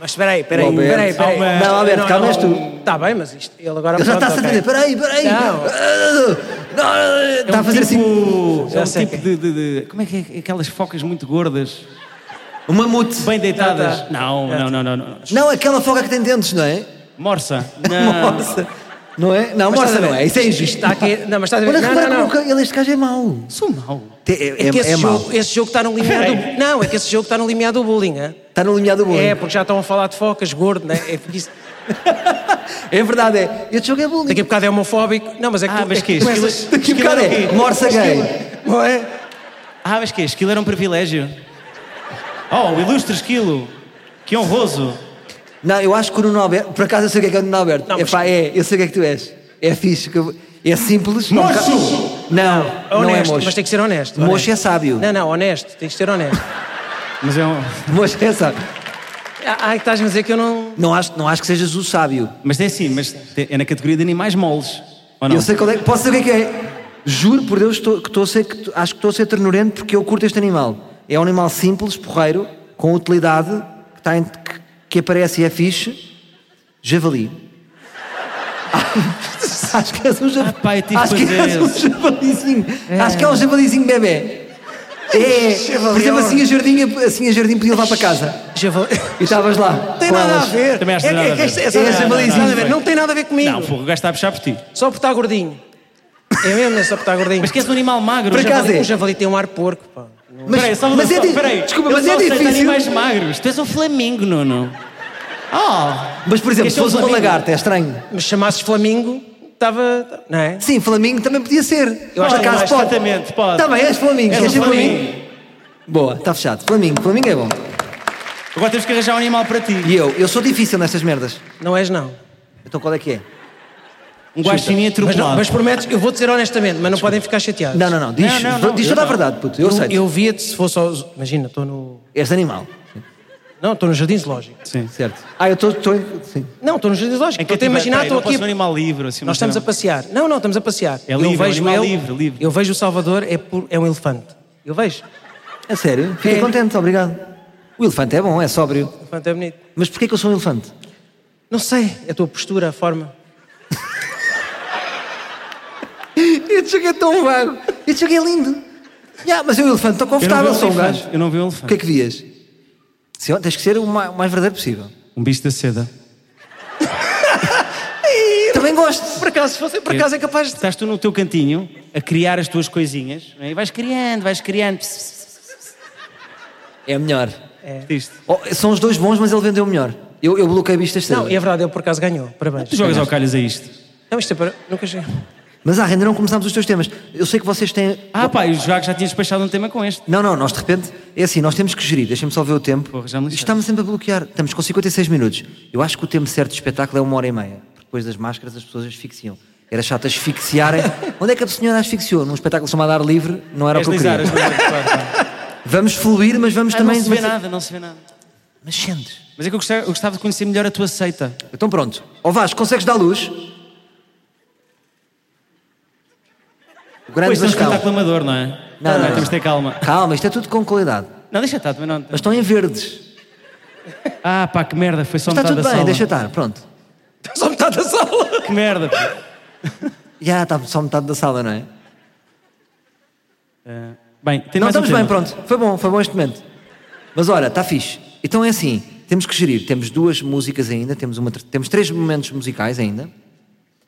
C: Mas espera aí, espera aí.
B: O Alberto.
C: Espera aí, espera aí.
B: Calma. Não, Alberto, calma, és tu.
C: Está Tá bem, mas isto, ele agora...
B: Ele já
C: pronto,
B: está a
C: ok.
B: fazer. Peraí, peraí.
C: Não.
B: Ah, não, ah, Está a fazer assim.
E: tipo,
C: já
E: é um
C: sei
E: tipo
C: quem.
E: de, de- de- Como é que é? Aquelas focas muito gordas,
B: Um mamute.
E: bem deitadas.
C: tá.
E: Não, não, não, não, não.
B: Não, aquela foca que tem dentes, não é?
E: Morsa. Não.
B: Morsa. Não é? Não,
C: Mas
B: morsa
C: estás a
B: não
C: ver?
B: é. Isso é
C: Isto-
B: injusto.
C: isto está aqui- não, mas estás a ver?
B: Olha,
C: Não,
B: repara
C: não,
B: como
C: não.
B: que ele- Este gajo é mau.
E: Sou mau.
B: É, é,
C: É que
B: é,
C: esse,
B: é mau.
C: jogo, esse jogo está no limiar
E: Espera
C: do... Não, é que esse jogo está no limiar do bullying, é?
B: Está no limiar do bolo.
C: É, porque já estão a falar de focas, gordo, né? É porque isso-
B: É verdade, é. Este jogo é bullying.
C: Daqui a bocado é homofóbico. Não, mas é que
E: Ah,
C: tu,
E: mas
C: é que
E: que
C: tu
E: é?
C: começas...
B: Daqui a bocado
E: Esquilo é o
B: é
E: quê?
B: morsa gay.
C: Não é?
E: Ah, mas que Esquilo era um privilégio. Oh, o ilustre esquilo. Que honroso.
B: Não, eu acho que o Nuno Alberto... Por acaso eu sei o que é que é o Nuno Alberto.
C: Não,
B: é
C: mas-
B: pá, é. Eu sei o que é que tu és. É fixe. que eu- É simples. não
E: Moço!
B: ca- Não, não é
C: Honesto,
B: mocho.
C: mas tem que ser honesto.
B: Mocho
C: honesto.
B: é sábio.
C: Não, não, honesto. Tens de ser honesto.
E: Mas é um...
B: Mocho é sábio.
C: Ah, estás-me a dizer que eu não...
B: Não acho, não acho que sejas o sábio.
E: Mas é assim, mas te- é na categoria de animais moles. Ou não?
B: Eu sei qual é. Posso saber o que é que é? Juro por Deus tô- que estou a ser, que tô- acho que estou a ser ternurento porque eu curto este animal. É um animal simples, porreiro, com utilidade, que, tá em- que- que aparece e é fixe. Javali. acho que és um javali.
E: Ah, pá, eu tive
B: acho que
E: que
B: és um
E: fazer
B: javalizinho. Acho que é um javalizinho bebê. É, por exemplo, assim a jardim, assim a jardim podia levar para casa.
C: Já vou...
B: E estavas lá.
C: Tem
B: com
C: nada
B: elas.
C: a ver.
E: Também acho
C: é,
E: que nada
C: é,
E: a
C: é,
E: ver.
C: essa-
E: É
C: essa-
B: esse
C: não,
B: avalizinho.
C: nada a ver. Não tem nada a ver comigo.
E: Não, porra, o gajo está a puxar por ti.
C: Só por estar gordinho. É mesmo, é só por estar gordinho.
E: Mas que és um animal magro.
B: Por
C: o,
E: já-
B: acaso
C: javali,
B: é.
C: o javali tem um ar porco, pá.
B: Mas,
E: Peraí, só
B: mas é, di-
E: peraí.
B: desculpa,
E: Eu
B: mas
E: só
B: é
E: aceito
B: difícil.
E: animais magros. Tu és um flamingo, Nuno. Oh!
B: Ah, Mas, por exemplo,
E: Este
B: se
E: é um
B: fosse uma
E: flamingo.
B: lagarta, é estranho.
C: Mas chamasses Flamingo, estava... Não é?
B: Sim, Flamingo também podia ser.
E: Eu acho
B: Por
E: que
B: acaso
E: mais, exatamente, pode.
B: Também és Flamingo.
E: És
B: Queres
E: um
B: ser Flamingo?
E: flamingo.
B: Boa, está fechado. Flamingo, Flamingo é bom.
E: Agora temos que arranjar um animal para ti.
B: E eu, eu sou difícil nestas merdas.
C: Não és, não.
B: Então qual é que é?
E: Um guaxinim
C: Mas, não,
E: atropelado.
C: mas prometes, eu vou dizer honestamente, mas não podem ficar chateados.
B: Não, não, não. Diz,
E: Não, não, não,
B: diz
E: eu
B: toda a
E: não.
B: verdade, puto. Eu, aceito.
C: Eu via-te se fosse. aos- Imagina, estou no.
B: Este animal.
C: Não, estou no Jardim Zoológico.
E: Sim.
B: Certo. Ah, eu estou. Sim.
C: Não, estou no Jardim
E: É
C: Zoológico. Estou a imaginar, estou aqui.
E: um animal livre, assim,
C: Nós estamos a passear. Não, não, estamos a passear.
E: É livre, é um animal
C: ele-
E: livre, livre.
C: Eu vejo o Salvador, é, pu- é um elefante. Eu vejo.
B: É sério. Fiquei
C: É.
B: contente, obrigado. O elefante é bom, é sóbrio.
C: O elefante é bonito.
B: Mas porquê que eu sou um elefante?
C: Não sei, é a tua postura, a forma.
B: Este jogo é tão vago. Este jogo é lindo. Já, mas eu, elefante, estou
E: Eu não vi
B: confortável,
E: um
B: sou um
E: elefante.
B: gajo.
E: Eu não vi um
B: O que é
E: elefante.
B: que vias? Se- Tens que ser o ma- o mais verdadeiro possível.
E: Um bicho da seda.
B: Também gosto.
C: Por acaso, se fosse por acaso é capaz de.
E: Estás tu no teu cantinho a criar as tuas coisinhas não é? e vais criando, vais criando. Pss, pss, pss,
B: É melhor.
E: Curtiste?
B: Oh, são os dois bons, mas ele vendeu melhor. Eu, eu bloqueei vistas
C: Não, e
B: cedo.
C: é verdade, ele por acaso ganhou. Parabéns.
E: Tu jogas ao calhas a isto.
C: Não, isto é para. Nunca cheguei. é-
B: Mas ah, ainda não começámos os teus temas. Eu sei que vocês têm.
E: Ah, pá, e os jogos já tinhas despachado um tema com este.
B: Não, não, nós de repente. É assim, nós temos que gerir. Deixa-me só ver o tempo.
E: Porra, já me lixaste.
B: Estamos sempre a bloquear. Estamos com 56 minutos. Eu acho que o tempo certo de espetáculo é uma hora e meia. Porque depois das máscaras as pessoas asfixiam. Era chato asfixiarem. Onde é que a senhora asfixiou? Num espetáculo chamado Ar Livre, não era o que eu
E: Deslizar,
B: queria.
C: é?
E: deslizar, claro, claro.
B: Vamos fluir, mas vamos
E: Ah,
B: também.
E: não se vê nada, não se vê nada.
B: Mas sentes.
E: Mas é que eu gostava, eu gostava de conhecer melhor a tua seita.
B: Então pronto. Ó Vasco, consegues dar luz? O grande
E: Pois, estamos com um
B: Vascão.
E: amador, não é?
B: Não, não, não.
E: Temos de ter calma.
B: Calma, isto é tudo com qualidade.
E: Não, deixa estar, também não.
B: Mas estão em verdes.
E: Ah, pá, que merda, foi só
B: Está
E: metade
B: tá tudo
E: da
B: bem,
E: sala.
B: deixa estar, pronto.
C: Só metade da sala.
E: Que merda. pá.
B: Já está só metade da sala, não é?
E: Ah, bem, tem
B: não,
E: mais um
B: estamos
E: tema.
B: bem, pronto. Foi bom, foi bom este momento. Mas olha, está fixe. Então é assim, temos que gerir. Temos duas músicas ainda, temos, uma, ter- temos três momentos musicais ainda,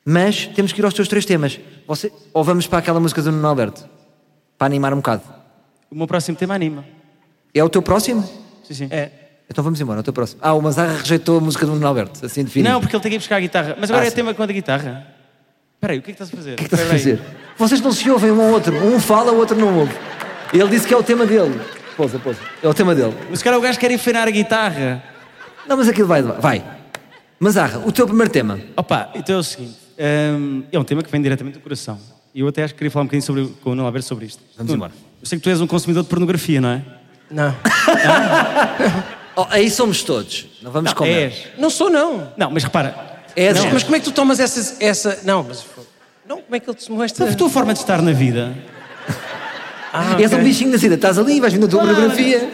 B: mas temos que ir aos teus três temas. Você, ou vamos para aquela música do Nuno Alberto, para animar um bocado.
E: O meu próximo tema anima.
B: É o teu próximo?
E: Sim, sim.
C: É.
B: Então vamos embora, até o próximo. Ah, o Mazarra rejeitou a música do Nuno Alberto, assim definido.
E: Não, porque ele tem que ir buscar a guitarra. Mas agora
B: Ah,
E: é
B: sim.
E: tema com a da guitarra. Espera aí, o que é que estás a fazer?
B: O que é que estás a fazer? Vocês não se ouvem um ao outro. Um fala, o outro não ouve. Ele disse que é o tema dele. Pousa, pousa. É o tema dele.
E: Mas cara, o gajo quer enfinar a guitarra.
B: Não, mas aquilo vai. Vai. Mazarra, o teu primeiro tema.
E: Opa, então é o seguinte. hum, é um tema que vem diretamente do coração. E eu até acho que queria falar um bocadinho sobre, com o Nuno Alberto sobre isto.
B: Vamos
E: Nuno,
B: embora.
E: Eu sei que tu és um consumidor de pornografia, não é?
C: Não.
B: Oh, aí somos todos. Não vamos comer. assim.
E: És.
C: Não sou, não.
E: Não, mas repara.
B: És,
C: Mas,
B: mas-
C: mas como é que tu tomas essa. essa... Não, mas. Não, como é que ele te mostra?
E: A tua forma de estar na vida.
C: Ah,
B: És um
C: ok.
B: bichinho da cidade. Estás ali, vais vendo a tua biografia.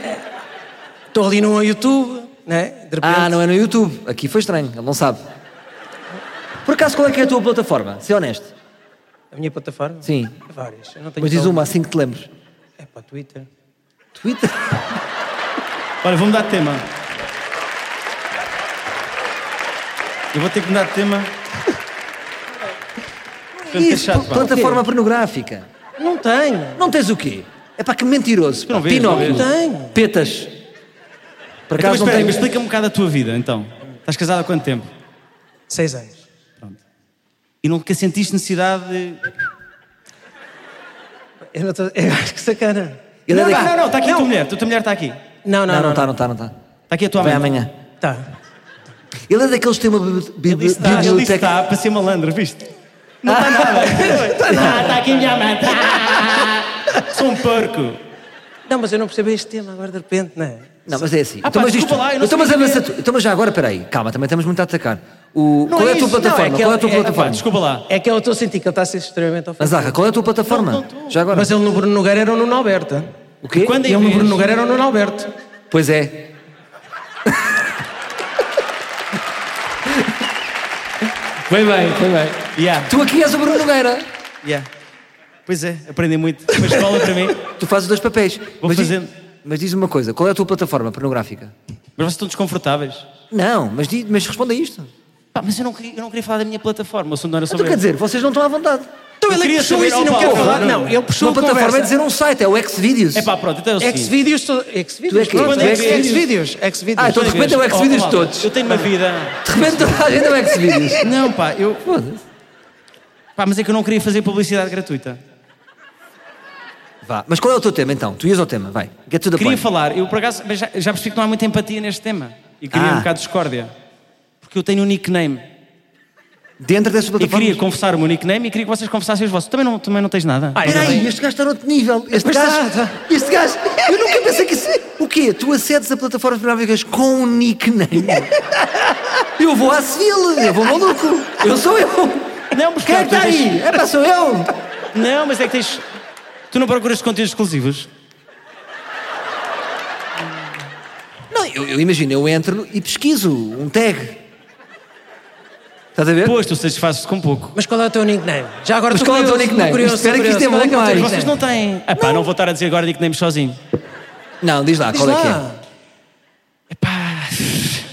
C: Estou ali no YouTube, né? De repente.
B: Ah, não é no YouTube. Aqui foi estranho. Ele não sabe. Por acaso, qual é que é a tua plataforma? Ser honesto.
C: A minha plataforma?
B: Sim.
C: Várias. Eu não tenho
B: Mas diz
C: só um.
B: uma assim que te lembres.
C: É para Twitter.
B: Twitter.
E: Olha, vou mudar de tema. Eu vou ter que mudar de tema. Portanto, é
B: Isso,
E: chato, pá.
B: plataforma pornográfica.
C: Não tenho.
B: Não tens o quê? É para que mentiroso.
E: não
B: pá.
E: vês, não
B: Pinóquio.
E: vês.
C: Tenho.
B: Petas. Por
E: Então, mas
B: acaso não
E: espera aí,
B: tenho.
E: mas explica-me um bocado a tua vida, então. Estás casado há quanto tempo?
C: Seis anos.
E: E nunca sentiste necessidade de...
C: Eu não tô... Eu acho que sacana.
B: Ele é
E: Não,
B: daqui.
E: não, não, está aqui a tua mulher. A tua mulher está aqui. Está
C: Não, não,
B: Não, não
C: não.
B: está, não está, não está.
E: aqui a tua
B: Vem
E: amante.
B: amanhã.
C: Tá.
B: Ele é daqueles que têm uma bibli- bibli-
E: Ele disse que está, ele disse que
B: biblioteca.
E: está para ser malandro, viste? Não está nada. Ah, Está aqui a minha amante. Ah, Sou um porco.
C: Não, mas eu não percebo este tema agora de repente, não é?
B: Não, mas é assim.
E: Ah, pá,
B: então, mas
E: desculpa
B: isto,
E: lá, eu não
B: então, mas
E: sabia que
B: avança tu. Então, mas já agora, peraí. Calma, também estamos muito a atacar. O,
C: Não
B: qual é a
C: é
B: tua
C: isso, não,
B: plataforma?
C: é que
B: qual é a
C: ele-
B: tua
C: é-
B: plataforma?
E: Pá, desculpa lá.
C: É que eu estou a sentir que ele está a ser extremamente ofensivo.
B: Mazarra, qual é a tua plataforma? Já agora.
C: Mas ele no Bruno Nogueira era no Nuno Alberto.
B: o quê?
E: Quando é-
C: E ele no
E: vês?
C: Bruno Nogueira era no Nuno Alberto.
B: Pois é.
E: Foi bem, foi bem. Yeah,
B: Tu aqui és o Bruno Nogueira.
E: yeah. Pois é, aprendi muito. Uma escola para mim.
B: Tu fazes os dois papéis.
E: Vou
B: mas,
E: fazendo.
B: diz, mas diz uma coisa. Qual é a tua plataforma pornográfica?
E: Mas vocês estão desconfortáveis.
B: Não, mas, diz, mas responda a isto.
E: Pá, mas eu não, queria, eu não queria falar da minha plataforma, o assunto não era
B: Então quer
E: sobre...
B: dizer, vocês não estão à vontade.
C: Então
E: Eu
C: ele é que
E: queria
C: puxou
E: saber,
C: isso e não
E: opa,
C: quer
E: opa,
C: falar.
E: não,
C: Não, ele puxou
B: Uma
C: a
B: plataforma é
C: conversa.
B: dizer um site, é o Xvideos.
E: É pá, pronto, então é o seguinte.
C: Xvideos, to- Xvideos,
B: Tu é que-
C: pronto,
B: tu é que-
C: Xvideos, Xvideos.
B: Ah, então de repente é o Xvideos
E: Oh,
B: de
E: oh,
B: todos.
E: Eu tenho uma vida...
B: De repente toda a gente é o Xvideos.
E: Não, pá, eu...
B: Foda-se.
E: Pá, mas é que eu não queria fazer publicidade gratuita.
B: Vá, mas qual é o teu tema então? Tu ias ao tema, vai. Get to the
E: Queria
B: point.
E: falar, eu por acaso mas já, já percebi que não há muita empatia neste tema. E queria
B: Ah.
E: um bocado de discórdia. Porque eu tenho um nickname.
B: Dentro dessas
E: E
B: plataformas.
E: queria confessar o meu nickname e queria que vocês confessassem os vossos. Também não, também não tens nada?
C: Ah, ainda
B: Peraí,
C: bem.
B: este gajo está noutro nível. Este
C: Pois
B: gajo.
C: está,
B: Este gajo. Eu nunca pensei que isso. O quê? Tu acedes a plataformas pornográficas com um nickname? Eu vou à civil, eu vou maluco. Eu sou eu.
E: Não, mas
B: Quem é que está
E: claro, tu
B: aí? É para sou eu.
E: Não, mas é que tens... Tu não procuras conteúdos exclusivos?
B: Não, eu, eu imagino, eu entro e pesquiso um tag. Estás a ver?
E: Pois, tu satisfazes-te com pouco.
C: Mas qual é o teu nickname? Já agora
B: Mas
C: estou
B: qual é o teu
C: curioso,
B: nickname?
C: curioso,
B: Espera que
C: curioso.
B: isto é
C: Qual
B: bom
C: teu
B: demais.
C: nickname?
E: Vocês não têm. Epá, não. vou estar a dizer agora nicknames sozinho.
B: Não, diz lá,
C: Diz
B: qual é que é?
C: lá.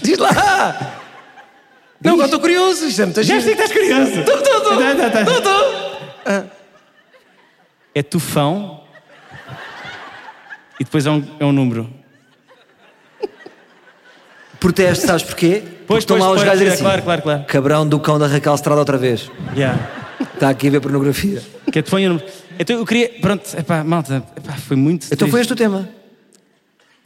B: diz lá! Não, agora estou curioso. Isto é muita
E: Já sei
B: gente.
E: que estás curioso.
B: Tô, tô, tô.
E: Tá, tá, tá.
B: Tô, tô.
E: É tufão. E depois é um, é um número.
B: Protesto, sabes porquê? Porque
E: Pois,
B: estão
E: pois,
B: lá os
E: pois,
B: gajos a dizer
E: é
B: assim.
E: claro, claro, claro.
B: Cabrão do cão da Raquel Estrada outra vez.
E: Yeah.
B: Está aqui a ver pornografia.
E: Que é tufão e um número. Então eu queria. Pronto, epá, malta, epá, foi muito.
B: Então
E: triste.
B: foi este o tema.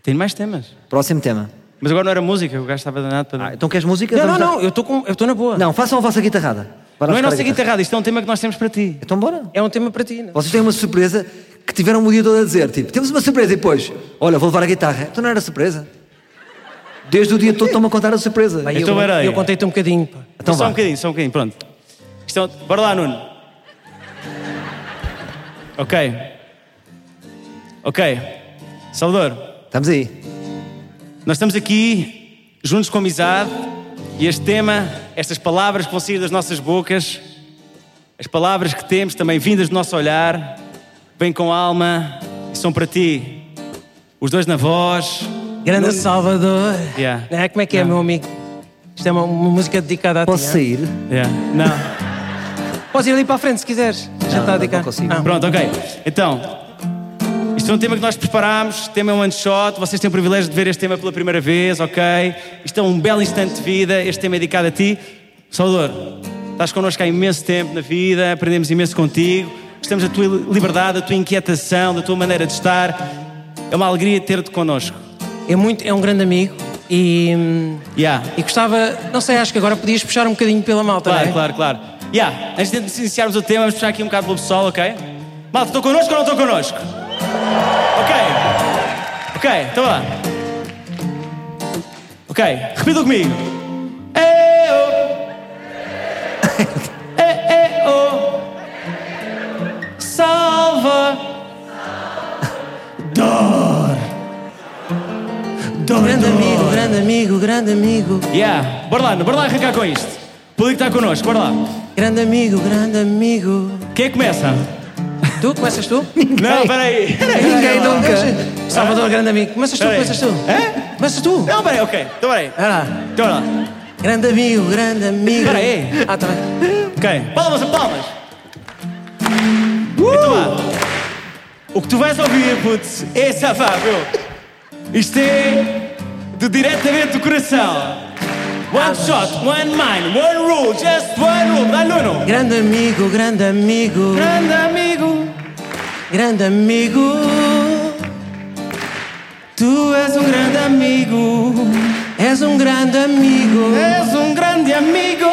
E: Tem mais temas.
B: Próximo tema.
E: Mas agora não era música, o gajo estava danado para.
B: Ah, então queres música?
C: Não, não,
B: Vamos
C: não, eu estou com... eu estou na boa.
B: a- Não, façam a vossa guitarrada. Vai lá
E: não é
B: buscar a
E: nossa guitarrada, isto é um tema que nós temos para ti.
B: Então bora.
C: É um tema para ti. Não?
B: Vocês têm uma surpresa que tiveram o dia todo a dizer, tipo, temos uma surpresa e depois, olha, vou levar a guitarra. Então não era surpresa. Desde o dia todo estão-me a contar a surpresa.
C: Pá,
E: Então,
C: eu,
E: peraí.
C: eu contei-te um bocadinho. Pá.
B: Então
E: só
B: vá.
E: um bocadinho, só um bocadinho, pronto. Isto é um- Bora lá, Nuno. Ok. Ok. Salvador,
B: Estamos aí.
E: nós estamos aqui juntos com a amizade e este tema, estas palavras que vão sair das nossas bocas, as palavras que temos também vindas do nosso olhar, vêm com alma e são para ti. Os dois na voz.
C: Grande Salvador.
E: Yeah.
C: Não é? Como é que é,
E: Não.
C: meu amigo? Isto é uma, uma música dedicada a ti.
B: Posso
C: é?
B: sair?
E: Yeah. Não.
C: Podes ir ali para a frente se quiseres.
B: não,
C: Já está
B: não
C: a dedicar.
B: consigo.
C: Ah,
E: Pronto, ok. Então, isto é um tema que nós preparámos, o tema é um one-shot, vocês têm o privilégio de ver este tema pela primeira vez, ok? Isto é um belo instante de vida, este tema é dedicado a ti. Salvador, estás connosco há imenso tempo na vida, aprendemos imenso contigo, gostamos da tua liberdade, da tua inquietação, da tua maneira de estar. É uma alegria ter-te connosco.
C: é, muito, é um grande amigo e, hum,
E: Yeah.
C: e gostava, não sei, acho que agora podias puxar um bocadinho pela malta,
E: Claro,
C: não é?
E: claro, claro. Yeah, antes de iniciarmos o tema, vamos puxar aqui um bocado pelo pessoal, ok? Malta, estão connosco ou não estão connosco? Ok. Ok, então vá. Ok, repitam comigo. É, oh. É, é, oh. Salva. Dor. Dor,
C: Grande
E: dor.
C: amigo, grande amigo, grande amigo,
E: Yeah, bora lá, bora lá arrancar com isto. O público está connosco, bora lá.
C: grande amigo, grande amigo.
E: Quem é que começa?
C: Tu, começas tu?
E: Não, peraí.
B: Ninguém
C: Não,
B: nunca.
C: não, Salvador, grande amigo. Começas tu,
E: Peraí.
C: começas tu.
E: Hã?
C: Começas tu.
E: Não, peraí, ok. Então peraí.
C: Vai lá.
E: Então lá.
C: Grande amigo, grande amigo.
E: Peraí.
C: Ah, tá bem.
E: Ok. Palmas, palmas. Então vá. O que tu vais ouvir, putz, é safado, meu. Isto é de diretamente do coração. One shot, one mind, one rule, just one rule. Dá Nuno.
C: Grande amigo, grande amigo,
E: Grande amigo,
C: grande amigo.
E: tu és um grande amigo.
C: És um grande amigo,
E: És um grande amigo.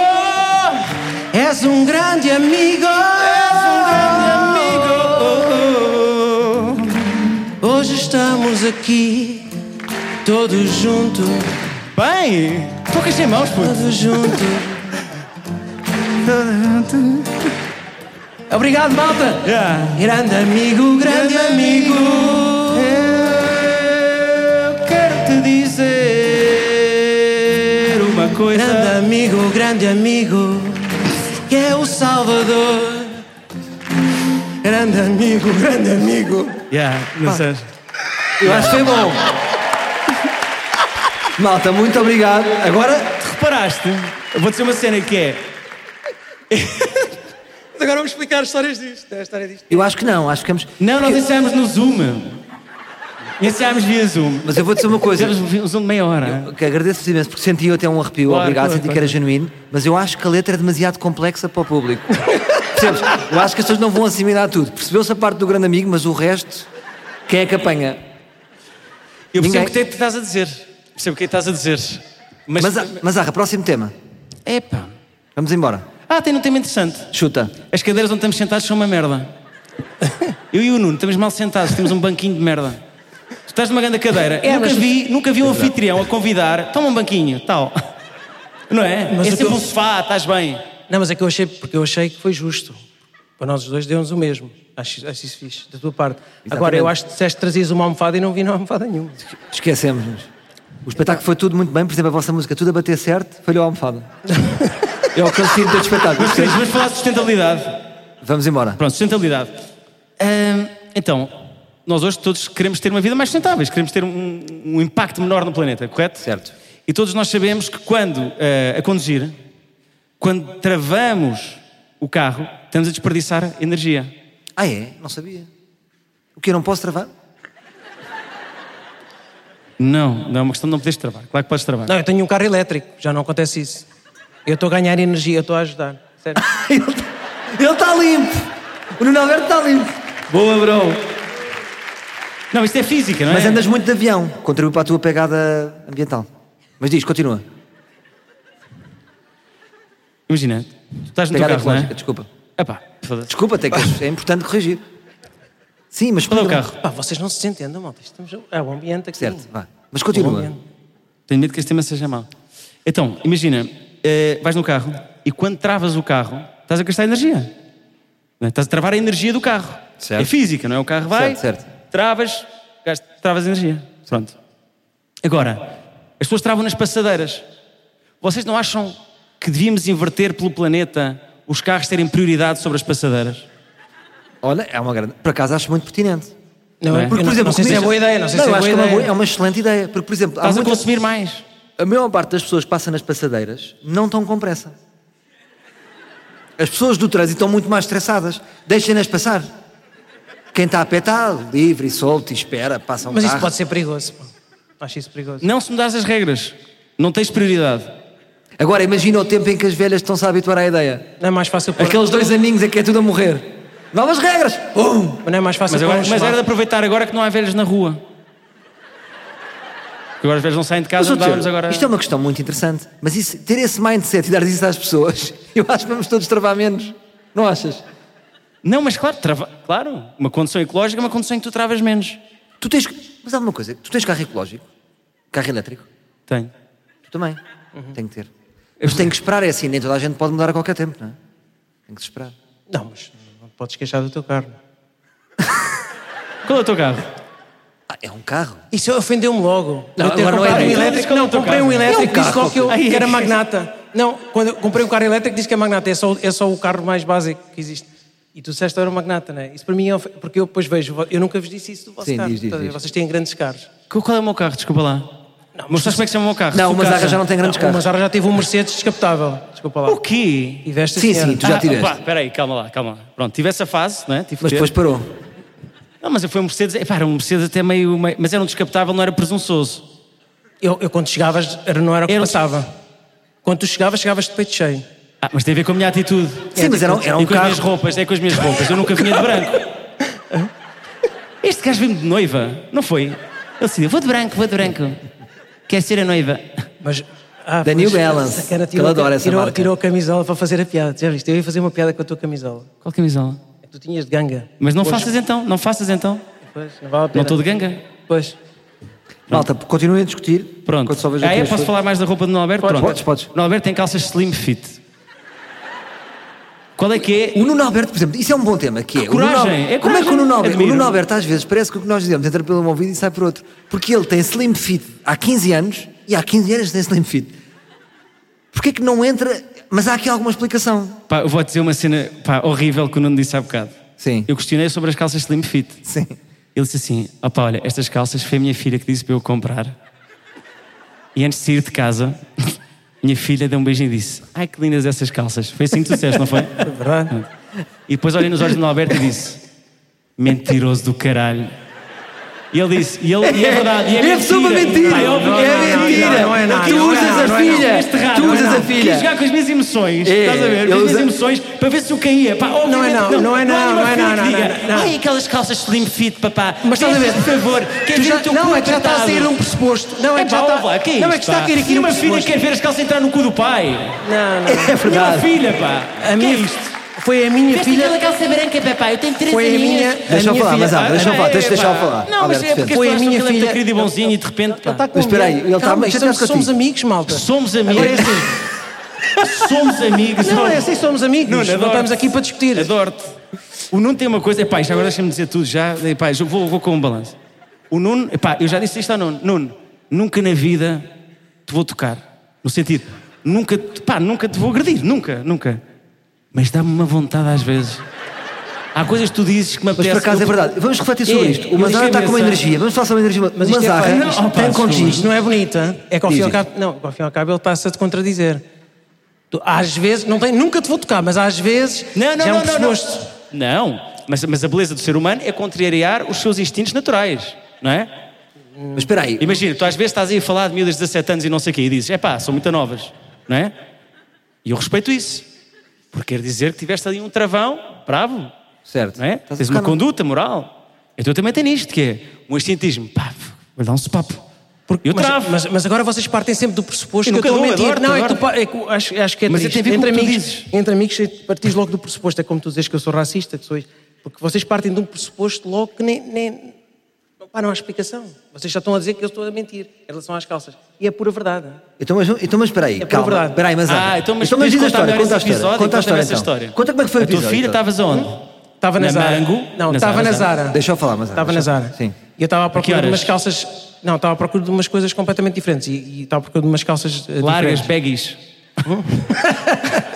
C: és um grande amigo.
E: És um grande amigo.
C: Hoje estamos aqui, todos juntos,
E: Bem, estou com as mãos, puto.
C: todos juntos. Obrigado, malta.
E: Yeah.
C: Grande amigo, grande amigo.
E: Eu quero te dizer uma coisa.
C: Grande amigo, grande amigo, que é o Salvador. Grande amigo, grande amigo. Ah.
E: Yeah, não sei.
B: Eu acho que foi bom. Malta, muito obrigado. Agora,
E: Reparaste? Eu vou dizer uma cena que é.
C: Agora vamos explicar histórias disto. É A história disto.
B: eu acho que não, acho que ficamos.
E: Não, nós ensaiámos no Zoom. Ensaiámos via Zoom.
B: Mas eu vou dizer uma coisa.
E: Fizemos um Zoom de meia hora.
B: Que agradeço-vos imenso, porque senti eu até um arrepio,
E: Claro,
B: obrigado,
E: claro,
B: senti
E: claro.
B: que era genuíno, mas eu acho que a letra é demasiado complexa para o público. Percebes? Eu acho que as pessoas não vão assimilar tudo. Percebeu-se a parte do grande amigo, mas o resto, quem é que apanha?
E: Eu percebo
B: Ninguém-
E: o que é que estás a dizer. Percebo o que é que estás a dizer. Mas. ah,
B: Mas, mas Arra, próximo tema.
E: Epa.
B: Vamos embora.
E: Ah, tem um tema interessante.
B: Chuta.
E: As cadeiras onde estamos sentados são uma merda. Eu e o Nuno estamos mal sentados, temos um banquinho de merda. Tu estás numa grande cadeira.
C: É,
E: nunca,
C: mas-
E: vi, nunca vi um
C: é.
E: anfitrião a convidar. Toma um banquinho, tal. Não é?
C: Mas
E: é
C: o
E: sempre
C: que eu-
E: um sofá, estás bem.
C: Não, mas é que eu achei, porque eu achei que foi justo. Para nós os dois deu-nos o mesmo. Acho, acho isso fixe, da tua parte. Agora, eu acho que disseste que trazias uma almofada e não vi uma almofada nenhuma.
B: Esquecemos-nos. O espetáculo foi tudo muito bem, por exemplo, a vossa música, tudo a bater certo, falhou a almofada. É o que eu sinto deste espetáculo.
E: Mas queridos, vamos falar de sustentabilidade.
B: Vamos embora.
E: Pronto, sustentabilidade. Ahm, então, nós hoje todos queremos ter uma vida mais sustentável, queremos ter um, um impacto menor no planeta, correto?
B: Certo.
E: E todos nós sabemos que quando eh, a conduzir, quando travamos o carro, estamos a desperdiçar energia.
B: Ah, é? Não sabia. O que eu não posso travar?
E: Não, não é uma questão de não poderes travar. Claro que podes travar.
C: Não, eu tenho um carro elétrico, já não acontece isso. Eu estou a ganhar energia, eu estou a ajudar. Sério.
B: ele está limpo. O Nuno Alberto está limpo.
E: Boa, bro! Não, isto é física, não é?
B: Mas andas muito de avião, contribui para a tua pegada ambiental. Mas diz, continua.
E: Imagina, tu estás no teu
B: Pegada
E: carro, não
B: ecológica,
E: é?
B: desculpa.
E: Epá, foda-se.
B: Desculpa, tem que, é importante corrigir. Sim, mas
E: Qual é o
B: continua.
E: carro?
C: Pá, vocês não se entendem, malta. Estamos... É o ambiente aqui.
B: Certo, vá. Mas
C: É o
B: continua.
C: ambiente.
E: Tenho medo que este tema seja mau. Então, imagina, eh, vais no carro e quando travas o carro, estás a gastar energia. Não é? Estás a travar a energia do carro.
B: Certo.
E: É física, não é? O carro vai,
B: Certo, certo.
E: travas, gasta- travas energia. Pronto. Agora, as pessoas travam nas passadeiras. Vocês não acham que devíamos inverter pelo planeta os carros terem prioridade sobre as passadeiras?
B: Olha, é uma grande. Por acaso acho muito pertinente.
C: Não,
E: Não é?
C: eu não, não sei se é
B: comigo-
C: boa ideia, não sei se
B: eu
C: é
B: acho
C: boa
B: que é uma, boa- é
C: ideia.
B: uma excelente ideia. Porque, por exemplo, há
E: Estás a
B: muita-
E: consumir mais.
B: a maior parte das pessoas que passam nas passadeiras não estão com pressa. As pessoas do trânsito estão muito mais estressadas. Deixem-nas passar. Quem está a pé está livre e solto e espera, passa um
C: Mas isso
B: carro.
C: pode ser perigoso. pá. Acho isso perigoso.
E: Ah. Não se mudares as regras. Não tens prioridade.
B: Agora imagina o tempo em que as velhas estão-se a habituar à ideia.
C: Não é mais fácil pôr...
B: Aqueles dois aninhos a que é tudo a morrer. Novas regras! Um!
C: Mas não é mais fácil
E: Mas, agora-
C: pôr uns
E: mas era de
C: semáforos.
E: aproveitar agora que não há velhos na rua. Porque agora os velhos não saem de
B: Mas,
E: casa,
B: ó,
E: mudávamos
B: Tiago,
E: agora.
B: Isto é uma questão muito interessante. Mas isso- ter esse mindset e dar isso às pessoas, eu acho que vamos todos travar menos. Não achas?
E: Não, mas claro, trava- claro, uma condição ecológica é uma condição em que tu travas menos.
B: Tu tens. Mas há uma coisa, tu tens carro ecológico? Carro elétrico?
E: Tenho.
B: Tu também.
E: Uhum.
B: Tem que ter. Mas tem que esperar, é assim, nem toda a gente pode mudar a qualquer tempo, não é? Tem que se esperar.
C: Não, mas não podes queixar do teu carro.
E: Qual é o teu carro?
B: Ah, é um carro.
C: Isso ofendeu-me logo.
B: Não,
C: eu ter
B: agora não é
C: comprado um
B: direito.
C: elétrico. Não,
E: Diz qual é o teu
C: comprei um
E: carro.
B: É um
C: elétrico, disse
B: carro,
C: logo que, eu,
E: ok.
C: que era magnata. Não, quando eu comprei um carro elétrico, disse que é magnata. É só, é só o carro mais básico que existe. E tu disseste que era magnata, não é? Isso para mim é. ofe- Porque eu depois vejo. Eu nunca vos disse isso do vosso
B: Sim,
C: carro.
B: diz, diz,
C: Então,
B: diz.
C: Vocês têm grandes carros.
E: Qual qual é o meu carro? Desculpa lá. Não, mas sabes como é que se chama o meu carro?
B: Não, o Mazarra
E: Suzuka.
B: já não tem grandes
C: Mas
B: carros.
C: já tive um Mercedes descapotável. Desculpa lá.
E: O quê?
C: E veste
B: Sim,
C: assim,
B: sim,
C: era.
B: tu já tiveste.
E: Ah, Opa, espera aí, calma lá, calma lá. Pronto, tive essa fase, não é? Tive que
B: Mas
E: ter.
B: depois parou.
E: Não, mas eu fui um Mercedes... Epá, era um Mercedes até meio... meio- Mas era um descapotável, não era presunçoso.
C: Eu, eu quando chegavas, era, não era o que
E: Era-
C: passava. Quando tu chegavas, chegavas de peito cheio.
E: Ah, mas tem a ver com a minha atitude.
B: Sim, mas era um- era um
E: e com as minhas
B: carro.
E: roupas, é com as minhas roupas. Eu nunca vinha de branco. Este gajo veio de noiva, não foi? Ele disse, vou de branco, vou de branco. Quer ser a noiva?
C: Mas. Ah,
B: Da
C: pois,
B: New Balance,
C: sacana,
B: que ela adora essa
C: tirou,
B: marca.
C: tirou a camisola para fazer a piada. Já viste? Eu ia fazer uma piada com a tua camisola.
E: Qual camisola?
C: É que tu tinhas de ganga.
E: Mas não
C: Pois,
E: faças então, não faças então.
C: Pois, não vale a pena.
E: Não estou de ganga.
C: Pois.
B: Malta, continuem a discutir.
E: Pronto.
B: Quando só vejo
E: Ah,
B: aqui
E: é?
B: as
E: Posso
B: pessoas.
E: falar mais da roupa do Norberto?
B: Podes,
E: Pronto.
B: podes, podes.
E: O Norberto tem calças slim fit. Qual é que é?
B: O Nuno Alberto, por exemplo, isso é um bom tema. Que é, o
E: coragem,
B: Nuno Alberto-
E: é coragem,
B: como é que o Nuno Alberto, o
E: admiro.
B: Nuno Alberto às vezes parece que o que nós dizemos entra pelo um ouvido e sai por outro. Porque ele tem slim fit há 15 anos e há 15 anos tem slim fit. Porquê que não entra? Mas há aqui alguma explicação.
E: Pá, eu vou dizer uma cena pá, horrível que o Nuno disse há bocado.
B: Sim.
E: Eu questionei sobre as calças slim fit.
B: Sim.
E: Ele disse assim: opá, olha, estas calças foi a minha filha que disse para eu comprar. E antes de sair de casa, minha filha deu um beijinho e disse: ai que lindas essas calças. Foi assim que tu disseste, não foi?
C: É verdade.
E: E depois olhei nos olhos do Alberto e disse: mentiroso do caralho. E ele disse: e, ele, e é verdade, e é,
B: É
E: mentira.
B: absolutamente mentira.
E: Pá, é óbvio que
B: É
E: não,
B: mentira.
E: não, não, não,
C: nada,
B: Tu
C: não é
B: usas
C: nada,
B: a
C: não é
E: não.
B: filha.
E: Este rato,
B: Tu
E: não é
B: usas
E: nada.
B: a filha.
E: Quis jogar com as minhas emoções,
B: É,
E: estás a ver?
B: ele
E: Com as minhas
B: usa-
E: emoções, para ver se eu caía. Pá,
C: Não é
E: obviamente
C: não, não é não,
E: uma
C: não é
E: filha
C: não,
E: que
C: não,
E: diga,
C: não, não.
E: Ai, aquelas calças slim fit, papá.
C: Mas estás a ver?
E: Vês, Por favor, quer
C: Tu
E: ver
C: já-
E: o teu
C: não,
E: cu
C: é que já está a
E: apertado?
C: sair um pressuposto. Não, é
E: É
C: que já
E: pá,
C: está.
E: ó, pá, que é
C: não, é
E: isto,
C: que está
E: pá?
C: a cair aqui
E: E
C: no
E: uma filha quer ver as calças entrar no cu do pai.
C: Não, não.
B: É
E: E uma
B: verdade.
E: filha, pá.
C: Tá. A
E: que
C: minha...
E: é isto?
C: Foi a minha
F: Veste
C: filha.
F: aquela calça branca, papá. é, Eu tenho três
C: Foi a
F: aninhos.
B: Deixa
C: minha. a
B: eu
C: minha
B: falar,
C: filha...
B: mas há- deixa eu falar,
E: Ah,
B: deixa-
E: é,
B: deixa eu
E: pá.
B: falar.
E: Não, mas
B: Alberto,
E: é porque
B: defende.
E: as
C: Foi a
E: pessoas
C: minha
E: acham que ele é
C: filha- Então,
E: muito querido e bonzinho e de repente, pá.
C: Ele está com
B: Mas espera aí,
C: medo.
B: ele tá- está
C: Calma,
B: meio chateado
C: somos, somos
B: contigo.
C: amigos, malta.
E: Somos
C: Agora é
E: amigos,
C: assim.
E: somos amigos.
C: Não, é assim, somos amigos.
E: Nuno,
C: não
E: adoro-te.
C: estamos aqui para discutir.
E: Adoro-te. O Nuno tem uma coisa. Epá, já agora deixa-me dizer tudo. Já, epá, eu vou, vou com um balanço. O Nuno, epá, eu já disse isto ao Nuno. Nuno, nunca na vida te vou tocar. No sentido, nunca, te- pá, nunca te vou agredir. Nunca, nunca. Mas dá-me uma vontade às vezes. Há coisas que tu dizes que me
B: Mas
E: apetece.
B: por acaso
E: eu-
B: é verdade. Vamos refletir sobre
E: É,
B: isto.
E: eu
B: O Mazarra
E: deixei
B: está com uma
E: pensar.
B: energia. Vamos falar sobre uma energia.
C: Mas
B: Mas
C: isto é
B: Mazarra
C: feio. Isto
B: tem
E: opa,
C: Isto
B: contigo.
C: não é bonito, hein? é que ao
B: Diz
C: fim e ao
B: isto.
C: cabo, não, ao fim e ao cabo ele está-se a te contradizer. Tu, às vezes, não tem, nunca te vou tocar, mas às vezes
E: Não, não,
C: já é um
E: não, não, não.
C: pressuposto.
E: Não, mas, mas a beleza do ser humano é contrariar os seus instintos naturais, não é?
B: Mas espera aí.
E: Imagina, tu às vezes estás aí a falar de miúdas de 17 anos e não sei o quê e dizes, é pá, são muito novas, não é? E eu respeito isso, porque quer dizer que tiveste ali um travão, bravo,
B: Certo.
E: não é?
B: Estás a
E: Tens
B: tocar
E: uma
B: no-
E: conduta moral. Então eu também tenho isto, que é um instintismo, pá, vou dar um sopapo. Porque eu
C: mas,
E: travo.
C: mas- mas agora vocês partem sempre do pressuposto
E: Eu
C: que eu
E: nunca
C: estou a
E: dou,
C: mentir.
E: adoro-te,
C: não, é que tu
E: adoro-te.
C: pa- é que acho, acho que é
E: Mas eu
C: triste.
E: tenho a ver
C: entre,
E: com o que tu
C: amigos,
E: dizes.
C: entre amigos, partis logo do pressuposto. É como tu dizes que eu sou racista, que sou isso. Porque vocês partem de um pressuposto logo que nem. nem... Pá, não há explicação. Vocês já estão a dizer que eu estou a mentir em relação às calças. E é pura verdade.
B: Então, mas, então, mas espera aí.
C: pura
B: calma.
C: verdade.
B: Espera aí, Mazarra.
E: É Ah, então mas tens
B: diz a
E: de contar
B: história.
E: melhor
B: Conta a
E: esse
B: história.
E: episódio
B: Conta a história,
E: essa história.
B: então. Conta como é que foi o
E: A tua
B: episódio.
E: filha
B: então.
E: estavas aonde?
C: Estava na,
E: Na
C: Zara.
E: Mango?
C: Não,
E: Na
C: estava
E: Zara,
C: na
E: na Zara.
C: Zara.
B: Deixa eu falar, Mazarra.
C: Estava na
B: deixa eu
C: Zara.
B: falar. Sim.
C: E eu estava à procura de
E: horas?
C: umas calças. Não, estava à procura de umas coisas completamente diferentes. E e estava à procura de umas calças. eh,
E: Largas,
C: diferentes.
E: baggies.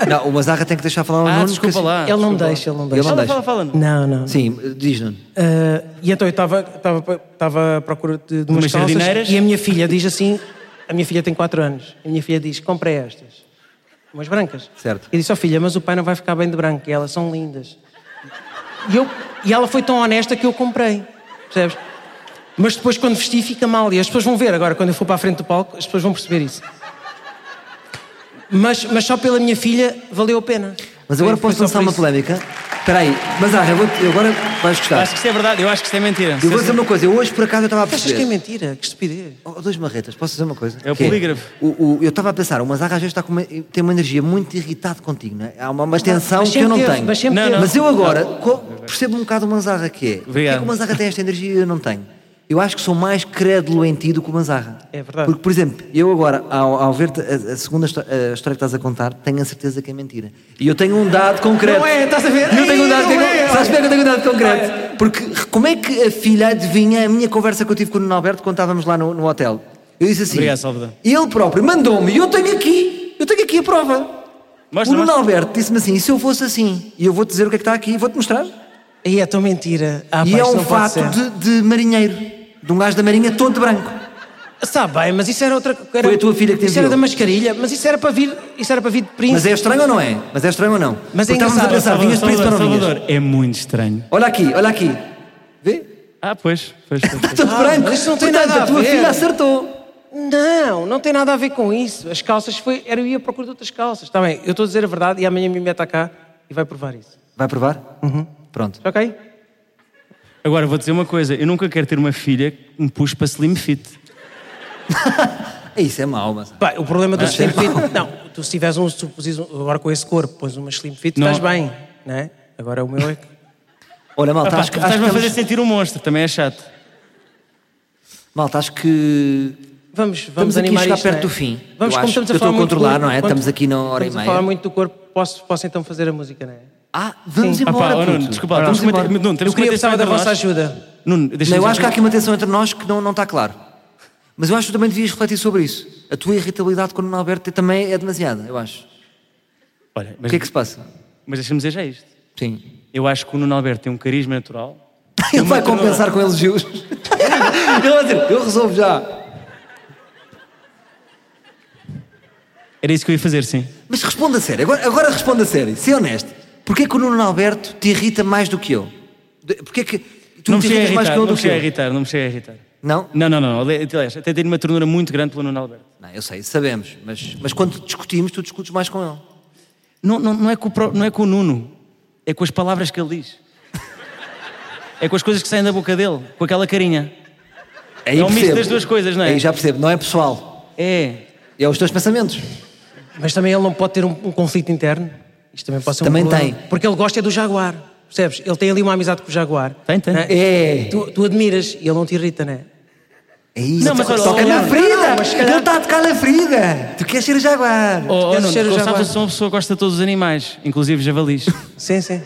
B: Não, o Mazarra tem que deixar falar o
E: Ah,
B: Nuno,
E: desculpa
B: porque assim-
E: lá.
C: Ele não me
E: desculpa lá.
C: deixa, ele não deixa.
B: não
E: Fala,
B: deixa.
E: fala, fala.
C: Não, não.
B: Sim, diz Nuno.
C: Ah, e então eu estava estava- estava à procura de, de umas
E: Umas
C: calças
E: jardineiras?
C: e a minha filha diz assim, a minha filha tem 4 anos, a minha filha diz, comprei estas, umas brancas.
B: Certo.
C: E disse, ó filha, mas o pai não vai ficar bem de branco, e elas são lindas. E, eu, e ela foi tão honesta que eu comprei, percebes? Mas depois quando vesti fica mal, e as pessoas vão ver agora, quando eu for para a frente do palco, as pessoas vão perceber isso. Mas, mas só pela minha filha valeu a pena.
B: Mas agora
C: Foi- foi
B: posso
C: só
B: lançar
C: por
B: uma
C: isso.
B: polémica. Espera aí. Mazarra, eu vou- eu agora vais
E: Eu
B: gostar.
E: acho que isto é verdade, eu acho que isto é mentira.
B: Eu vou dizer uma coisa. Eu hoje, por acaso, eu estava a
C: Tu Achas que é
B: perceber.
C: mentira? Que estupidez.
B: Oh, dois marretas, posso dizer uma coisa?
E: É o
B: Que
E: polígrafo.
B: o- o- eu estava a pensar, o Mazarra às vezes está com uma- tem uma energia muito irritada contigo, não é? Há uma, uma tensão
C: mas
B: que eu
C: sempre
B: não
C: teve,
B: tenho.
C: mas sempre
E: Não, teve. não.
B: Mas eu agora co- percebo um bocado o Mazarra que é. Porquê
E: Obrigado.
B: que o Mazarra tem esta energia e eu não tenho? Eu acho que sou mais crédulo em ti do que o Mazarra.
C: É verdade.
B: Porque, por exemplo, eu agora, ao, ao ver a, a segunda histó- a história que estás a contar, tenho a certeza que é mentira. E eu tenho um dado concreto.
C: Não é, estás a ver?
B: E Eu tenho um dado
C: Não
B: concreto.
C: é,
B: Sabes como é que eu tenho um dado concreto? Porque como é que a filha adivinha a minha conversa que eu tive com o Nuno Alberto quando estávamos lá no, no hotel? Eu disse assim.
E: Obrigado, Salvador.
B: Ele próprio mandou-me e eu tenho aqui. Eu tenho aqui a prova.
E: Mostra,
B: o Nuno
E: mostra.
B: Alberto disse-me assim: e se eu fosse assim? E eu vou-te dizer o que é que está aqui e vou-te mostrar.
C: E é tão mentira. Ah,
B: e
C: pá,
B: é
C: isto
B: um
C: não pode
B: fato
C: ser.
B: de, de marinheiro. De um gajo da marinha todo de branco.
C: Está Ah, bem, mas isso era outra. Era, um-
B: Foi a tua filha que te
C: Isso era
B: enviou.
C: da mascarilha, mas isso era para vir, isso era para vir de
B: Mas
C: príncipe.
B: é estranho ou não é? Mas é estranho ou não?
C: Mas é
B: Porque estávamos a
C: engraçado,
B: pensar: vinhas de príncipe ou não vinhas?
E: Salvador, é muito estranho.
B: Olha aqui, olha aqui. Vê?
E: Ah, pois, pois. pois, pois.
B: Todo
C: Ah,
B: branco.
C: mas isso não tem
B: Portanto,
C: nada a
B: a tua
C: ver.
B: filha acertou.
C: Não, não tem nada a ver com isso. As calças foi. Era eu ia à procura de outras calças. Está bem, eu estou a dizer a verdade e amanhã me meta cá e vai provar isso.
B: Vai provar?
C: Uhum.
B: Pronto.
C: Ok?
E: Agora vou dizer uma coisa, eu nunca quero ter uma filha que me puxe para slim fit.
B: É Isso é mau, mas.
C: Pá, o problema
B: Ah,
C: do slim
B: então.
C: fit. Não, tu se tiveres um, se puseres um- agora com esse corpo, pões uma slim fit,
E: Não.
C: estás bem, não é? Agora o meu é. que-
B: Olha, malta,
E: Pá,
B: tá, acho que. acho que
E: Estás-me a fazer
B: estamos-
E: sentir um monstro, também é chato.
B: Malta, acho que
C: Vamos,
B: Estamos
C: vamos
B: aqui a
C: animar
B: chegar
C: isto, não é?
B: perto do fim. Eu
C: Vamos, como
B: acho
C: estamos
B: que eu
C: a
B: estou
C: falar
B: a
C: muito do
B: controlar,
C: corpo,
B: não é?
C: quando-
B: Estamos aqui na hora e
C: Estamos a
B: meia.
C: falar muito do corpo, posso, posso então fazer a música, não é?
B: Ah, vamos
C: Sim.
E: Ah, pá,
B: embora.
E: oh,
B: puto.
E: Nuno, desculpa, lá,
B: Vamos
E: temos que manter-
B: embora.
E: Nuno,
C: Eu
E: temos que
C: queria
E: manter
C: precisar da
E: entre
C: vossa
E: nós.
C: ajuda.
E: Nuno,
B: Não,
E: deixa-me
B: eu
E: dizer
B: acho que há aqui uma tensão entre nós que não, não está claro. Mas eu acho que tu também devias refletir sobre isso. A tua irritabilidade com o Nuno Alberto também é demasiada, eu acho.
E: Olha,
B: O
E: mas,
B: que é que se passa?
E: mas deixa-me dizer já isto.
B: Sim.
E: Eu acho que o Nuno Alberto tem um carisma natural.
B: Ele vai compensar com elogios. Ele vai dizer, eu resolvo já.
E: Era isso que eu ia fazer, sim.
B: Mas responda a sério, agora, agora responda a sério, Seja honesto. Porquê que o Nuno Alberto te irrita mais do que eu? De- Porquê que tu
E: não
B: te
E: me cheguei a
B: irritas mais
E: irritar,
B: que eu
E: não
B: do
E: me
B: que
E: cheguei a
B: eu?
E: irritar, não me cheguei a irritar.
B: Não?
E: Não, não, não, não. aliás, até tenho uma ternura muito grande pelo Nuno Alberto.
B: Não, eu sei, sabemos. Mas, mas quando discutimos, tu discutes mais com ele.
E: Não, não, não, é com o pró- não é com o Nuno, é com as palavras que ele diz. É com as coisas que saem da boca dele, com aquela carinha.
B: Aí
E: É um misto
B: percebo.
E: das duas coisas, não é?
B: Aí já percebo, não é pessoal.
E: É.
B: É os teus pensamentos.
C: Mas também ele não pode ter um, um conflito interno. Isto também pode ser
B: Também
C: um problema.
B: tem.
C: Porque ele gosta é do jaguar, percebes? Ele tem ali uma amizade com o jaguar.
E: Tem, tem.
C: não
B: É.
C: Tu, tu admiras e ele não te irrita, não é?
B: É isso.
E: Não, mas olha,
B: Toca na
E: olha-
B: ferida.
C: Não, mas se calhar-
B: Ele está a tocar na ferida. Tu queres ser o jaguar.
E: Oh, oh,
C: queres
E: Nuno,
C: ser o
E: como
C: jaguar?
E: sabes, eu sou uma pessoa que gosta de todos os animais, inclusive javalis.
C: Sim, sim.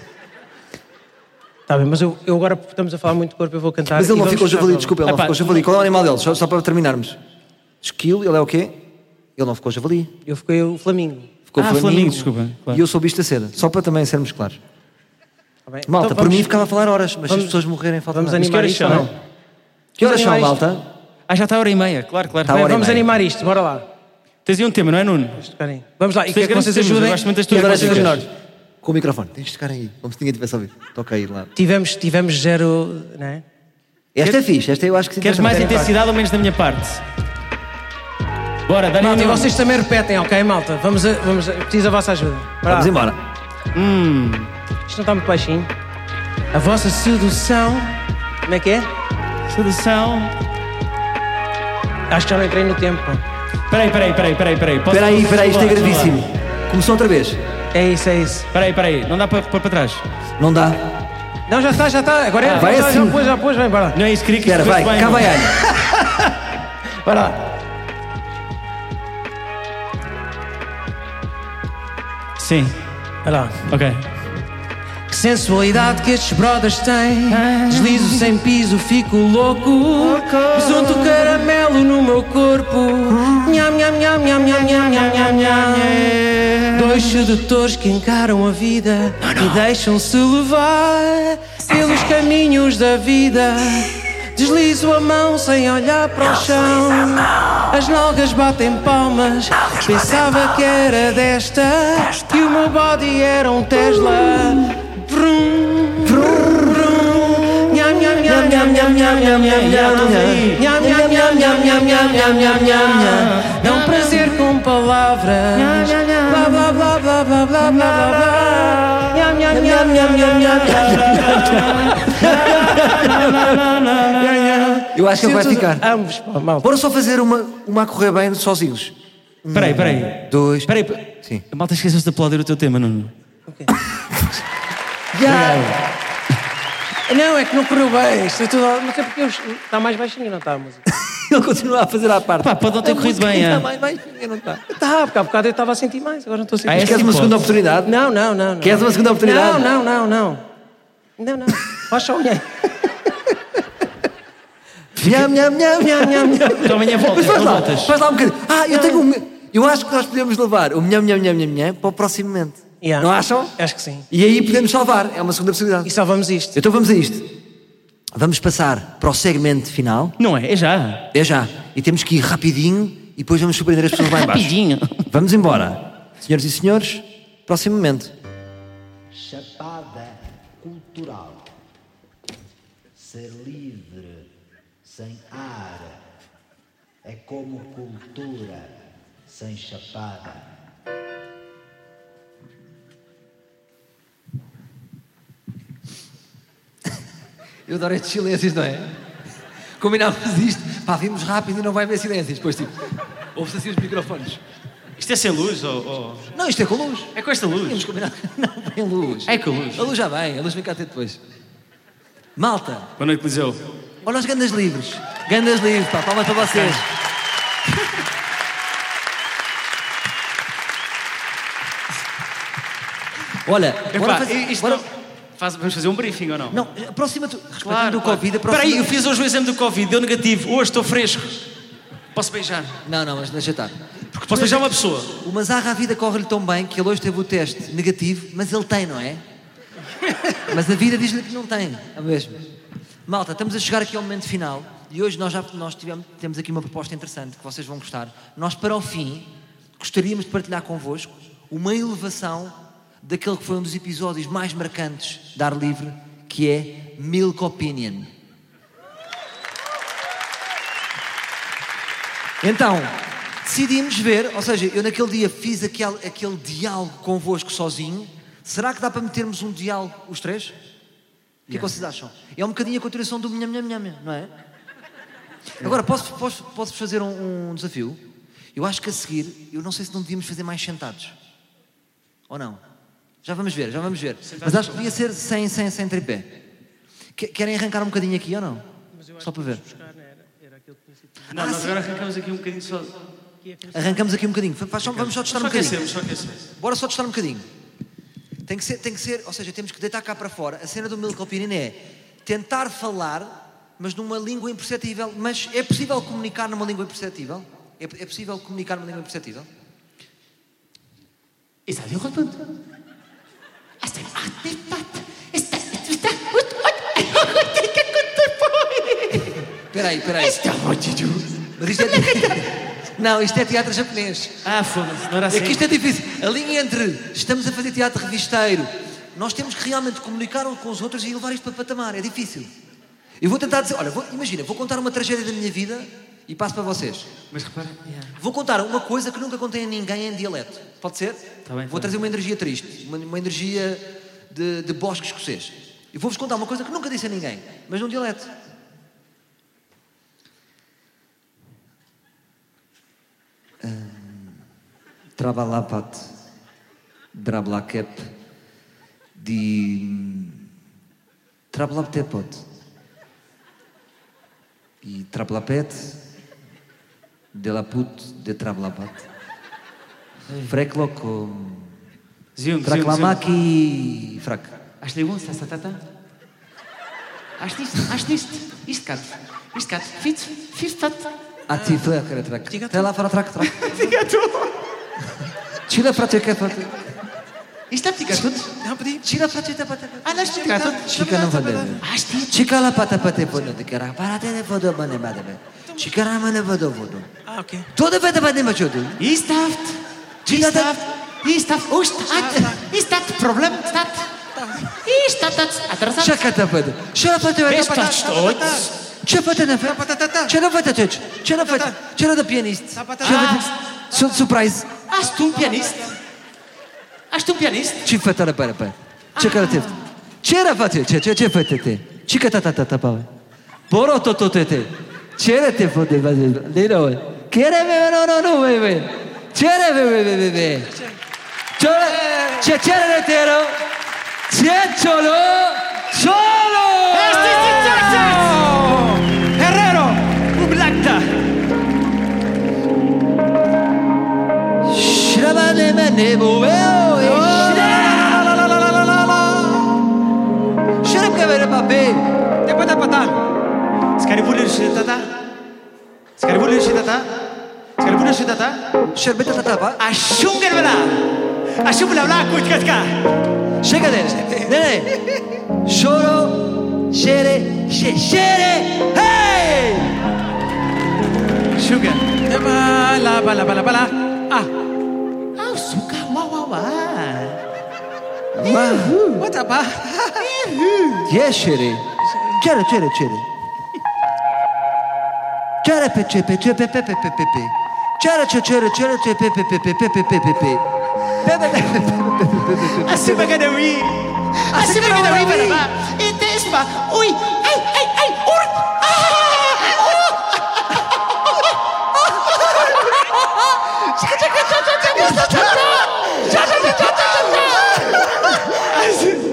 C: Está bem, mas eu, eu agora, porque estamos a falar muito de corpo, eu vou cantar.
B: Mas
C: e
B: ele não
C: vamos
B: ficou
C: fechar
B: javali,
C: logo.
B: desculpa, ele não
E: Epá,
B: ficou javali. Qual é o animal dele? Só, só para terminarmos. Esquilo, ele é o quê? Ele não ficou javali.
C: Eu fiquei o Flamingo.
B: Ficou
E: Ah, flamingo, desculpa, claro.
B: E eu sou bicho da seda. Só para também sermos claros.
C: bem?
B: Malta,
C: Então
B: por
C: vamos-
B: mim ficava a falar horas, mas se as
C: vamos-
B: pessoas morrerem, falta
C: Vamos
B: nada.
E: Mas que
C: animar
E: horas
C: isto
E: são?
C: ou não?
B: Que horas
C: vamos
B: são,
C: animar isto.
B: malta?
E: Ah, já está a hora e meia, claro, claro.
B: Está a
E: Bem,
B: hora e
E: vamos
C: Vamos
B: meia.
C: animar isto, bora lá.
E: a- Tens aí um tema, não é, Nuno?
C: Esperem. Vamos lá, e
E: Vocês
C: quero que vocês
E: grandes temas, eu
C: ajudem.
E: gosto muito das
C: e quero que
E: tuas
C: vocês
E: músicas.
C: ajudem.
B: Com o microfone. Tens de ficar aí, como se ninguém tivesse ouvido. Toca aí lá.
C: Tivemos, tivemos zero, não é?
B: Esta é fixe, esta eu acho que sim.
E: Queres mais intensidade ou menos da minha parte? Bora, dá-lhe
C: Malta, e
E: um-
C: vocês também repetem, ok, malta? Vamos, a, vamos a, preciso da vossa ajuda. Bora
B: Vamos
C: lá.
B: embora.
E: Hum.
C: Isto não está muito baixinho. A vossa sedução. Como é que é?
E: Sedução.
C: Acho que já não entrei no tempo. pá.
E: Peraí, peraí, peraí, peraí, peraí. Posso-
B: Espera aí, espera aí, isto é
E: Vamos lá, vamos lá.
B: gravíssimo. Começou outra vez.
C: É isso, é isso.
E: Espera aí, espera aí. Não dá para pôr para trás.
B: Não dá.
C: Não, já está, já está. Agora é.
B: vai
C: já,
B: assim.
C: já pôs, já pôs, vem, bora lá.
E: Não é isso, queria que isto
B: Espera, vai,
E: fosse bem.
B: cá vai Ana.
C: Bora lá.
E: Sim,
C: Vai lá.
E: ok.
C: Que sensualidade que estes brothers têm. Deslizo sem piso, fico Ah. louco. Presunto caramelo no meu corpo. Nham, nham, nham, nham, nham, nham, nham, nham, nham. Dois sedutores que encaram a vida e deixam-se levar pelos caminhos da vida. Deslizo a mão sem olhar para o chão. As nalgas batem palmas. Pensava que era desta, que o meu body era um Tesla. Vrum, vrum, vrum. Nham, nham, nham, nham, nham, nham, nham, nham, nham. Nham, nham, nham, nham, nham, nham, nham, nham, nham, nham. Dá um prazer com palavras. Blá, blá, blá, blá, blá, blá, blá, blá, blá. Nham, nham, nham, nham, nham, nham, nham.
B: Eu acho que ele vai
C: Sinto-
B: ficar.
E: Ah.
C: Ambos, pá, mal.
B: Bora só fazer uma, uma a correr bem sozinhos.
E: Peraí,
C: Um,
E: peraí.
B: Dois.
E: Espera aí. p-
B: Sim.
E: A malta esqueceu-se de aplaudir o teu tema, Nuno.
C: Já. Não, é que não correu bem. Isto é tudo. Não sei porque os- está mais baixinho, não está a música.
B: Ele continua a fazer à parte.
E: Pá, pode não ter corrido bem,
B: Está
E: é.
B: mais, mais, ninguém não está.
C: Está, Tá, porque há bocado eu estava a sentir mais, agora não estou a sentir.
E: Ah, é?
B: Queres uma
E: hipótese.
B: segunda oportunidade?
C: Não, não, não, não.
B: Queres uma segunda oportunidade?
C: Não, não, não, não. Não, não. Faz só um nham.
B: Nham, nham, nham, nham, nham, nham.
E: Então amanhã
B: Mas
E: voltas,
B: faz
E: não
B: lá,
E: voltas.
B: faz lá um bocadinho. Ah, eu tenho um... Eu acho que nós podemos levar o nham, nham, nham, nham, nham para o próximo momento.
C: Yeah.
B: Não acham?
C: Acho que sim.
B: E aí podemos salvar. É uma segunda
C: E
B: possibilidade.
C: salvamos isto.
B: Então vamos a isto. Vamos passar para o segmento final.
E: Não é? É já.
B: É já. E temos que ir rapidinho e depois vamos surpreender as pessoas lá embaixo.
E: Rapidinho.
B: Vamos embora. Senhoras e senhores, próximo momento.
F: Chapada cultural. Ser livre, sem ar, é como cultura sem chapada.
B: Eu adoro estes silêncios, não é? Combinámos isto. Pá, vimos rápido e não vai haver silêncios. Depois, tipo, ouve-se assim os microfones.
E: Isto é sem luz ou. ou-
B: Não, isto é com luz.
E: É com esta
B: Tínhamos
E: luz.
B: combinado. Não, vem luz.
E: É com luz.
B: A luz já vem, a luz vem cá até depois. Malta,
E: Boa noite, Liseu.
B: olha os gandas livres. Gandas livres, pá, palmas para vocês. Olha, bora
E: Epá,
B: fazer-
E: isto
B: bora-
E: não- faz- Vamos fazer um briefing ou não?
B: Não, aproxima-te. Respeitando o
E: claro.
B: Covid,
E: Espera
B: aproxima
E: aí, eu fiz hoje o exame do Covid, deu negativo, hoje estou fresco. Posso beijar?
B: Não, não, mas deixa estar.
E: Porque posso beijar uma pessoa.
B: O Mazarra, a vida corre-lhe tão bem que ele hoje teve o teste negativo, mas ele tem, não é? mas a vida diz-lhe que não tem, a mesma. Malta, estamos a chegar aqui ao momento final e hoje nós já nós tivemos, temos aqui uma proposta interessante que vocês vão gostar. Nós, para o fim, gostaríamos de partilhar convosco uma elevação daquele que foi um dos episódios mais marcantes da Ar Livre, que é Milk Opinion. Então, decidimos ver, ou seja, eu naquele dia fiz aquele, aquele diálogo convosco sozinho. Será que dá para metermos um diálogo, os três? O que é que vocês acham? É um bocadinho a continuação do minha, minha, minha, minha, não é? Agora, posso, posso, posso fazer um, um desafio? Eu acho que a seguir, eu não sei se não devíamos fazer mais sentados. Ou não? Já vamos ver, já vamos ver. Mas acho que devia ser sem, sem, sem tripé. Que- Querem arrancar um bocadinho aqui ou não? Só para ver.
E: né,
B: Ah,
E: Não, nós agora arrancamos aqui um bocadinho só.
B: Arrancamos aqui um bocadinho. Fa- faz só- vamos só testar
E: Só
B: um bocadinho.
E: aquecemos, só aquecemos.
B: Bora só testar um bocadinho. Tem que ser, tem que ser, ou seja, temos que deitar cá para fora. A cena do Milk Opinion é tentar falar, mas numa língua imperceptível. Mas é possível comunicar numa língua imperceptível? É, é possível comunicar numa língua imperceptível?
G: Is that your husband? I said, I think that is that
B: peraí, peraí. Mas isto é. Não, isto é teatro japonês.
E: Ah, foda-se, não era
B: É
E: assim.
B: que isto é difícil. A linha entre estamos a fazer teatro revisteiro, nós temos que realmente comunicar uns com os outros e levar isto para patamar. É difícil. Eu vou tentar dizer, olha, vou- imagina, vou contar uma tragédia da minha vida e passo para vocês.
E: Mas repara.
B: Vou contar uma coisa que nunca contei a ninguém em dialeto. Pode ser?
E: Tá bem, tá
B: vou trazer uma energia triste, uma, uma energia de, de bosque escocês. E vou-vos contar uma coisa que nunca disse a ninguém, mas num dialeto. Trabalapat, drablakep, de trablaptepot e trablapete de la put de trablabat. Frecloco.
E: Zium,
B: Traclamaki. Frac.
E: Acho que bom, tata, tata. Acho isto, acho isto. Isto cabe. Isto cabe. Fit, fit, tata.
B: Ati flecre trac. Te la fara trac trac. Diga tu. Tira pra te que pate.
E: Isto é picatut.
B: Tira pra te te pate.
E: Ah, não, isto é picatut.
B: Chica não vade. Chica la pata pate pono de cara. Para te ne vodo bane bade be. Chica ra mane vodo vodo.
G: Ah, ok.
B: Todo vede bade ma chodo.
E: Isto
B: Tira da.
H: Istat, ustat, istat, problem, stat. Istat, atrasat.
B: Chica te pate. Tira pra te vede. Da, Ce poate ne fel? Ce nu văd atunci? Ce nu văd? Ce nu dă pianist? Ce văd? Sunt surprise.
H: Ești tu un pianist? Ești tu un pianist?
B: Ce fete le pare pe? Ce cărătiv? Ce era face? Ce, ce, ce fete te? Ce că tata tata pave? Poro toto te te. Ce era te fote face? Lira oi. Che era bebe? No, no, no, bebe. Ce era bebe, bebe, bebe? Ce, ce, ce era te ero? Ce ciolo? Ciolo!
C: Este este Texas! Herrero! Ublacta!
B: Shrabane mene boveo e Shrab que vere papel.
G: Te pata pata. Scaribulli shitata. Scaribulli shitata. Scaribulli shitata.
B: Sherbeta tatapa.
G: Ashungar bala. Ashung bla bla kuch katka.
B: Chega deles. Nene. Choro. Xere. xe- Xere. Hey!
G: Sugar. Bala bala bala bala. Ah.
H: Au, suca, wa, wa, wa.
G: What apa?
B: Ye xere. Xere, xere, xere. Xere pe ce pe ce pe pe pe pe pe pe. Xere ce xere xere ce pe pe pe pe pe pe pe pe pe. Pe pe pe pe pe pe pe pe pe.
G: Así me quedé bien.
H: Așa că ne uite la Este espa. Ui, ai, ai, ai, urt.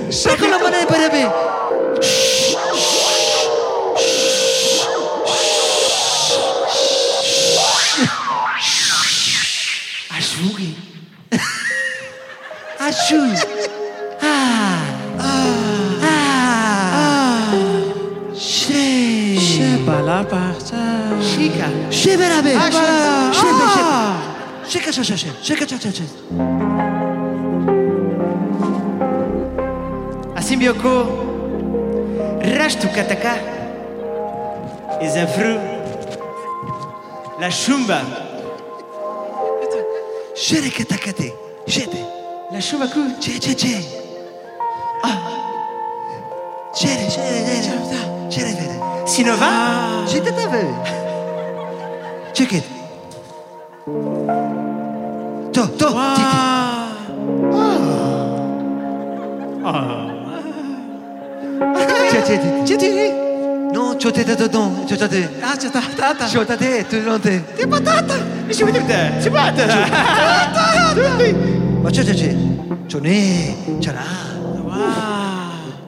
B: Saca la mano de pe pe.
H: Ajungi.
B: Achu.
H: Chica.
B: Xebera be. Xebe, xebe. Checa, checa, checa, checa, checa, checa.
G: Assim bioko. Rastu kataka. Isafru. La shumba.
B: Xere que tacate. Xete.
G: La shumba ku.
B: Che, che, che. Ah. Xere, xere, xere. Xere, xere.
G: Sinova.
B: Xete te ve. Check it. To, to. titi.
G: Ah.
B: Che, che, che.
G: Che ti?
B: No, cho te te te no. Cho te te.
G: Ah, c'è tata.
B: Cho te te, tu non te.
G: Che patata. Ci vede te. Ci vede.
B: Ma che, che, che. Cho ne. Cho na.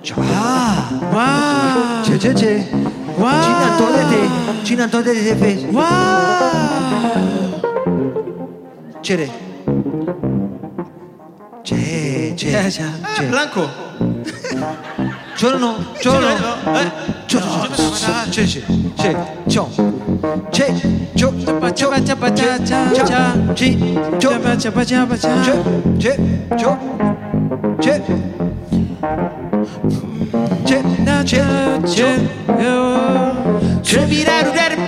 B: Cho ah.
G: Wow.
B: Che, che, che.
G: Wow.
B: Cina to de te. Cina to de te fe.
G: Wow.
B: Cere. Che, che, che.
G: Blanco.
B: Giorno, giorno. Giorno, giorno. Che, che, che. Ciao. Che, ciao.
G: Ciao, ciao, ciao, ciao, ciao, ciao.
B: Ci, ciao.
G: Ciao, ciao, ciao,
B: Che,
G: ciao.
B: che, ciao. Che. Che, che, ciao.
G: Ciao.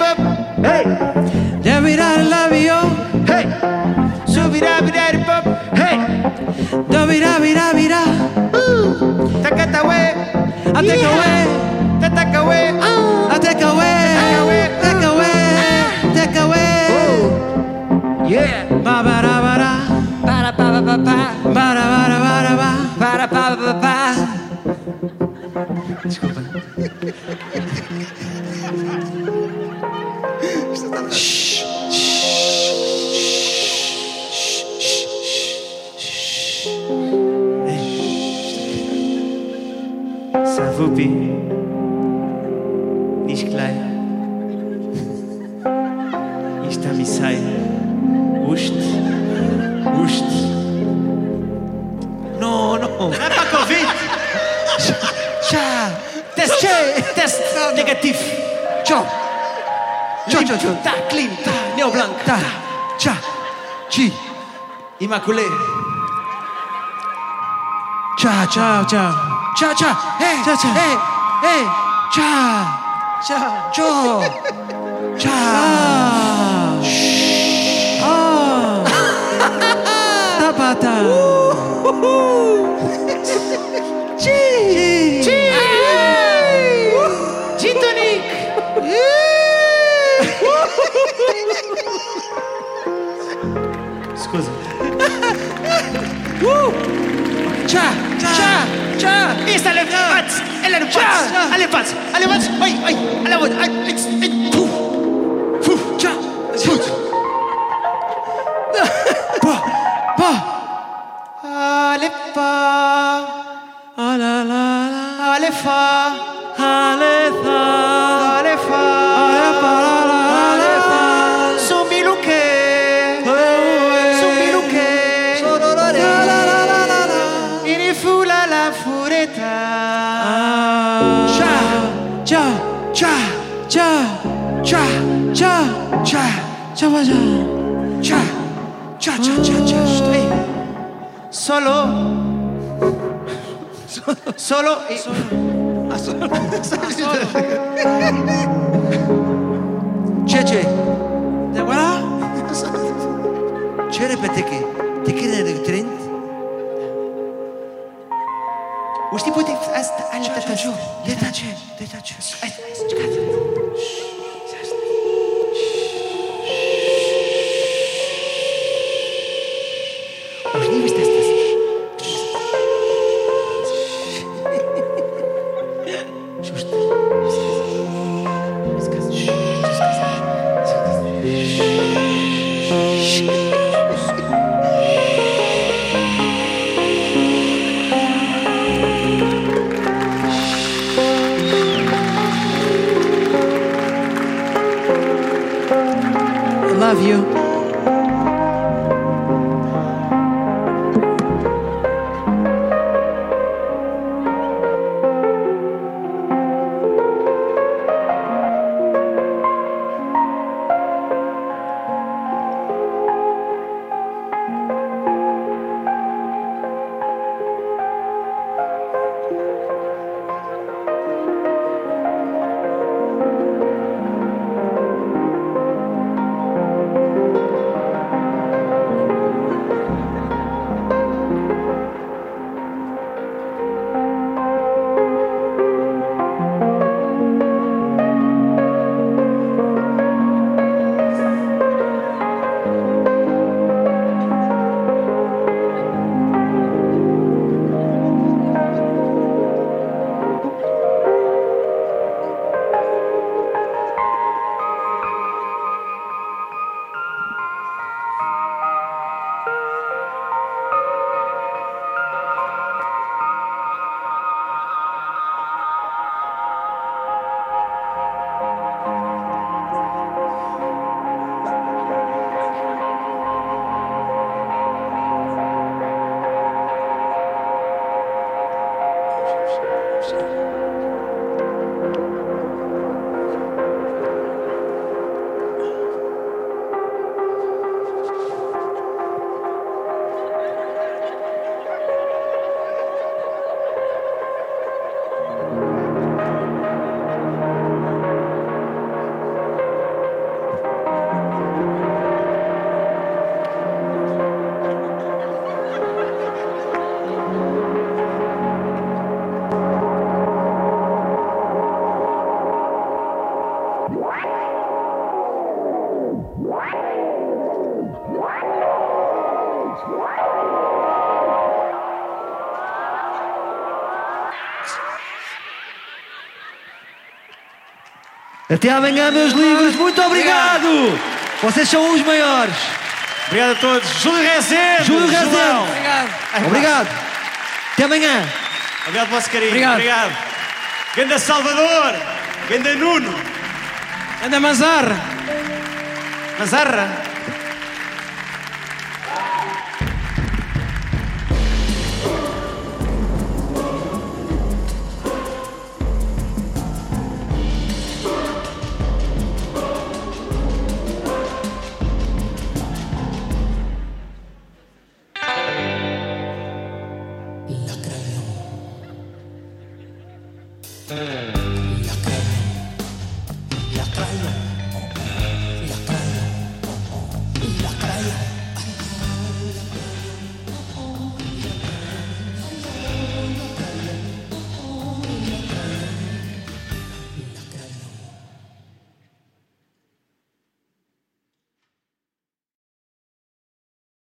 C: Savupi. Nicht klein. Ich da mich sei. Wuscht. Wuscht.
B: No, no.
C: Pas Covid. Tja. Test, Test negativ.
B: Tchau. Tchau, tchau, tchau.
C: Ta, clean, ta, neoblanc, ta, tja, chi, immaculé. Tja, tja, tja. Tja, tja, hey, tja, tja. hey, hey, tja, tja, tja, tja. Shh. Ah. Tabata. Chi. Chi. Scusa. Tja, tja, tja.
I: Ist alle Fatz, alle Fatz, alle Fatz, alle Fatz, oi, oi, alle Fatz, ei, ei, ei, puh,
C: Puh, tja, puh. Pa, pa.
I: alle Fa,
C: Ah, la, la, la.
I: alle Fa,
C: Alefa.
I: alle Fa,
C: Alefa, la, la, la, la.
I: zumbi luque, zumbi luque,
C: La, la, la, la, la, la.
I: ini fula la fureta,
C: Tja, tja, tja, tja, tja, tja, tja, tja, tja, tja, tja, tja, tja, tja, tja. Hey.
I: solo, solo, eh,
C: Ah,
B: Tchê, tchê.
C: De voilà.
B: Tchê, repeteke. Teke de de trent.
I: os tipos de, hasta, hasta, hasta,
C: Detače, detače. I love you. Até amanhã, meus livros. Muito obrigado. Vocês são os maiores.
E: Obrigado a todos. Júlio Rezende.
C: Júlio Rezende.
E: João.
C: Obrigado. Até amanhã.
E: Obrigado pelo vosso carinho.
J: Obrigado.
E: Obrigado. Ganda Salvador. Ganda Nuno.
J: Anda Mazarra! Mazarra!
K: Lacraillon. Lacraillon.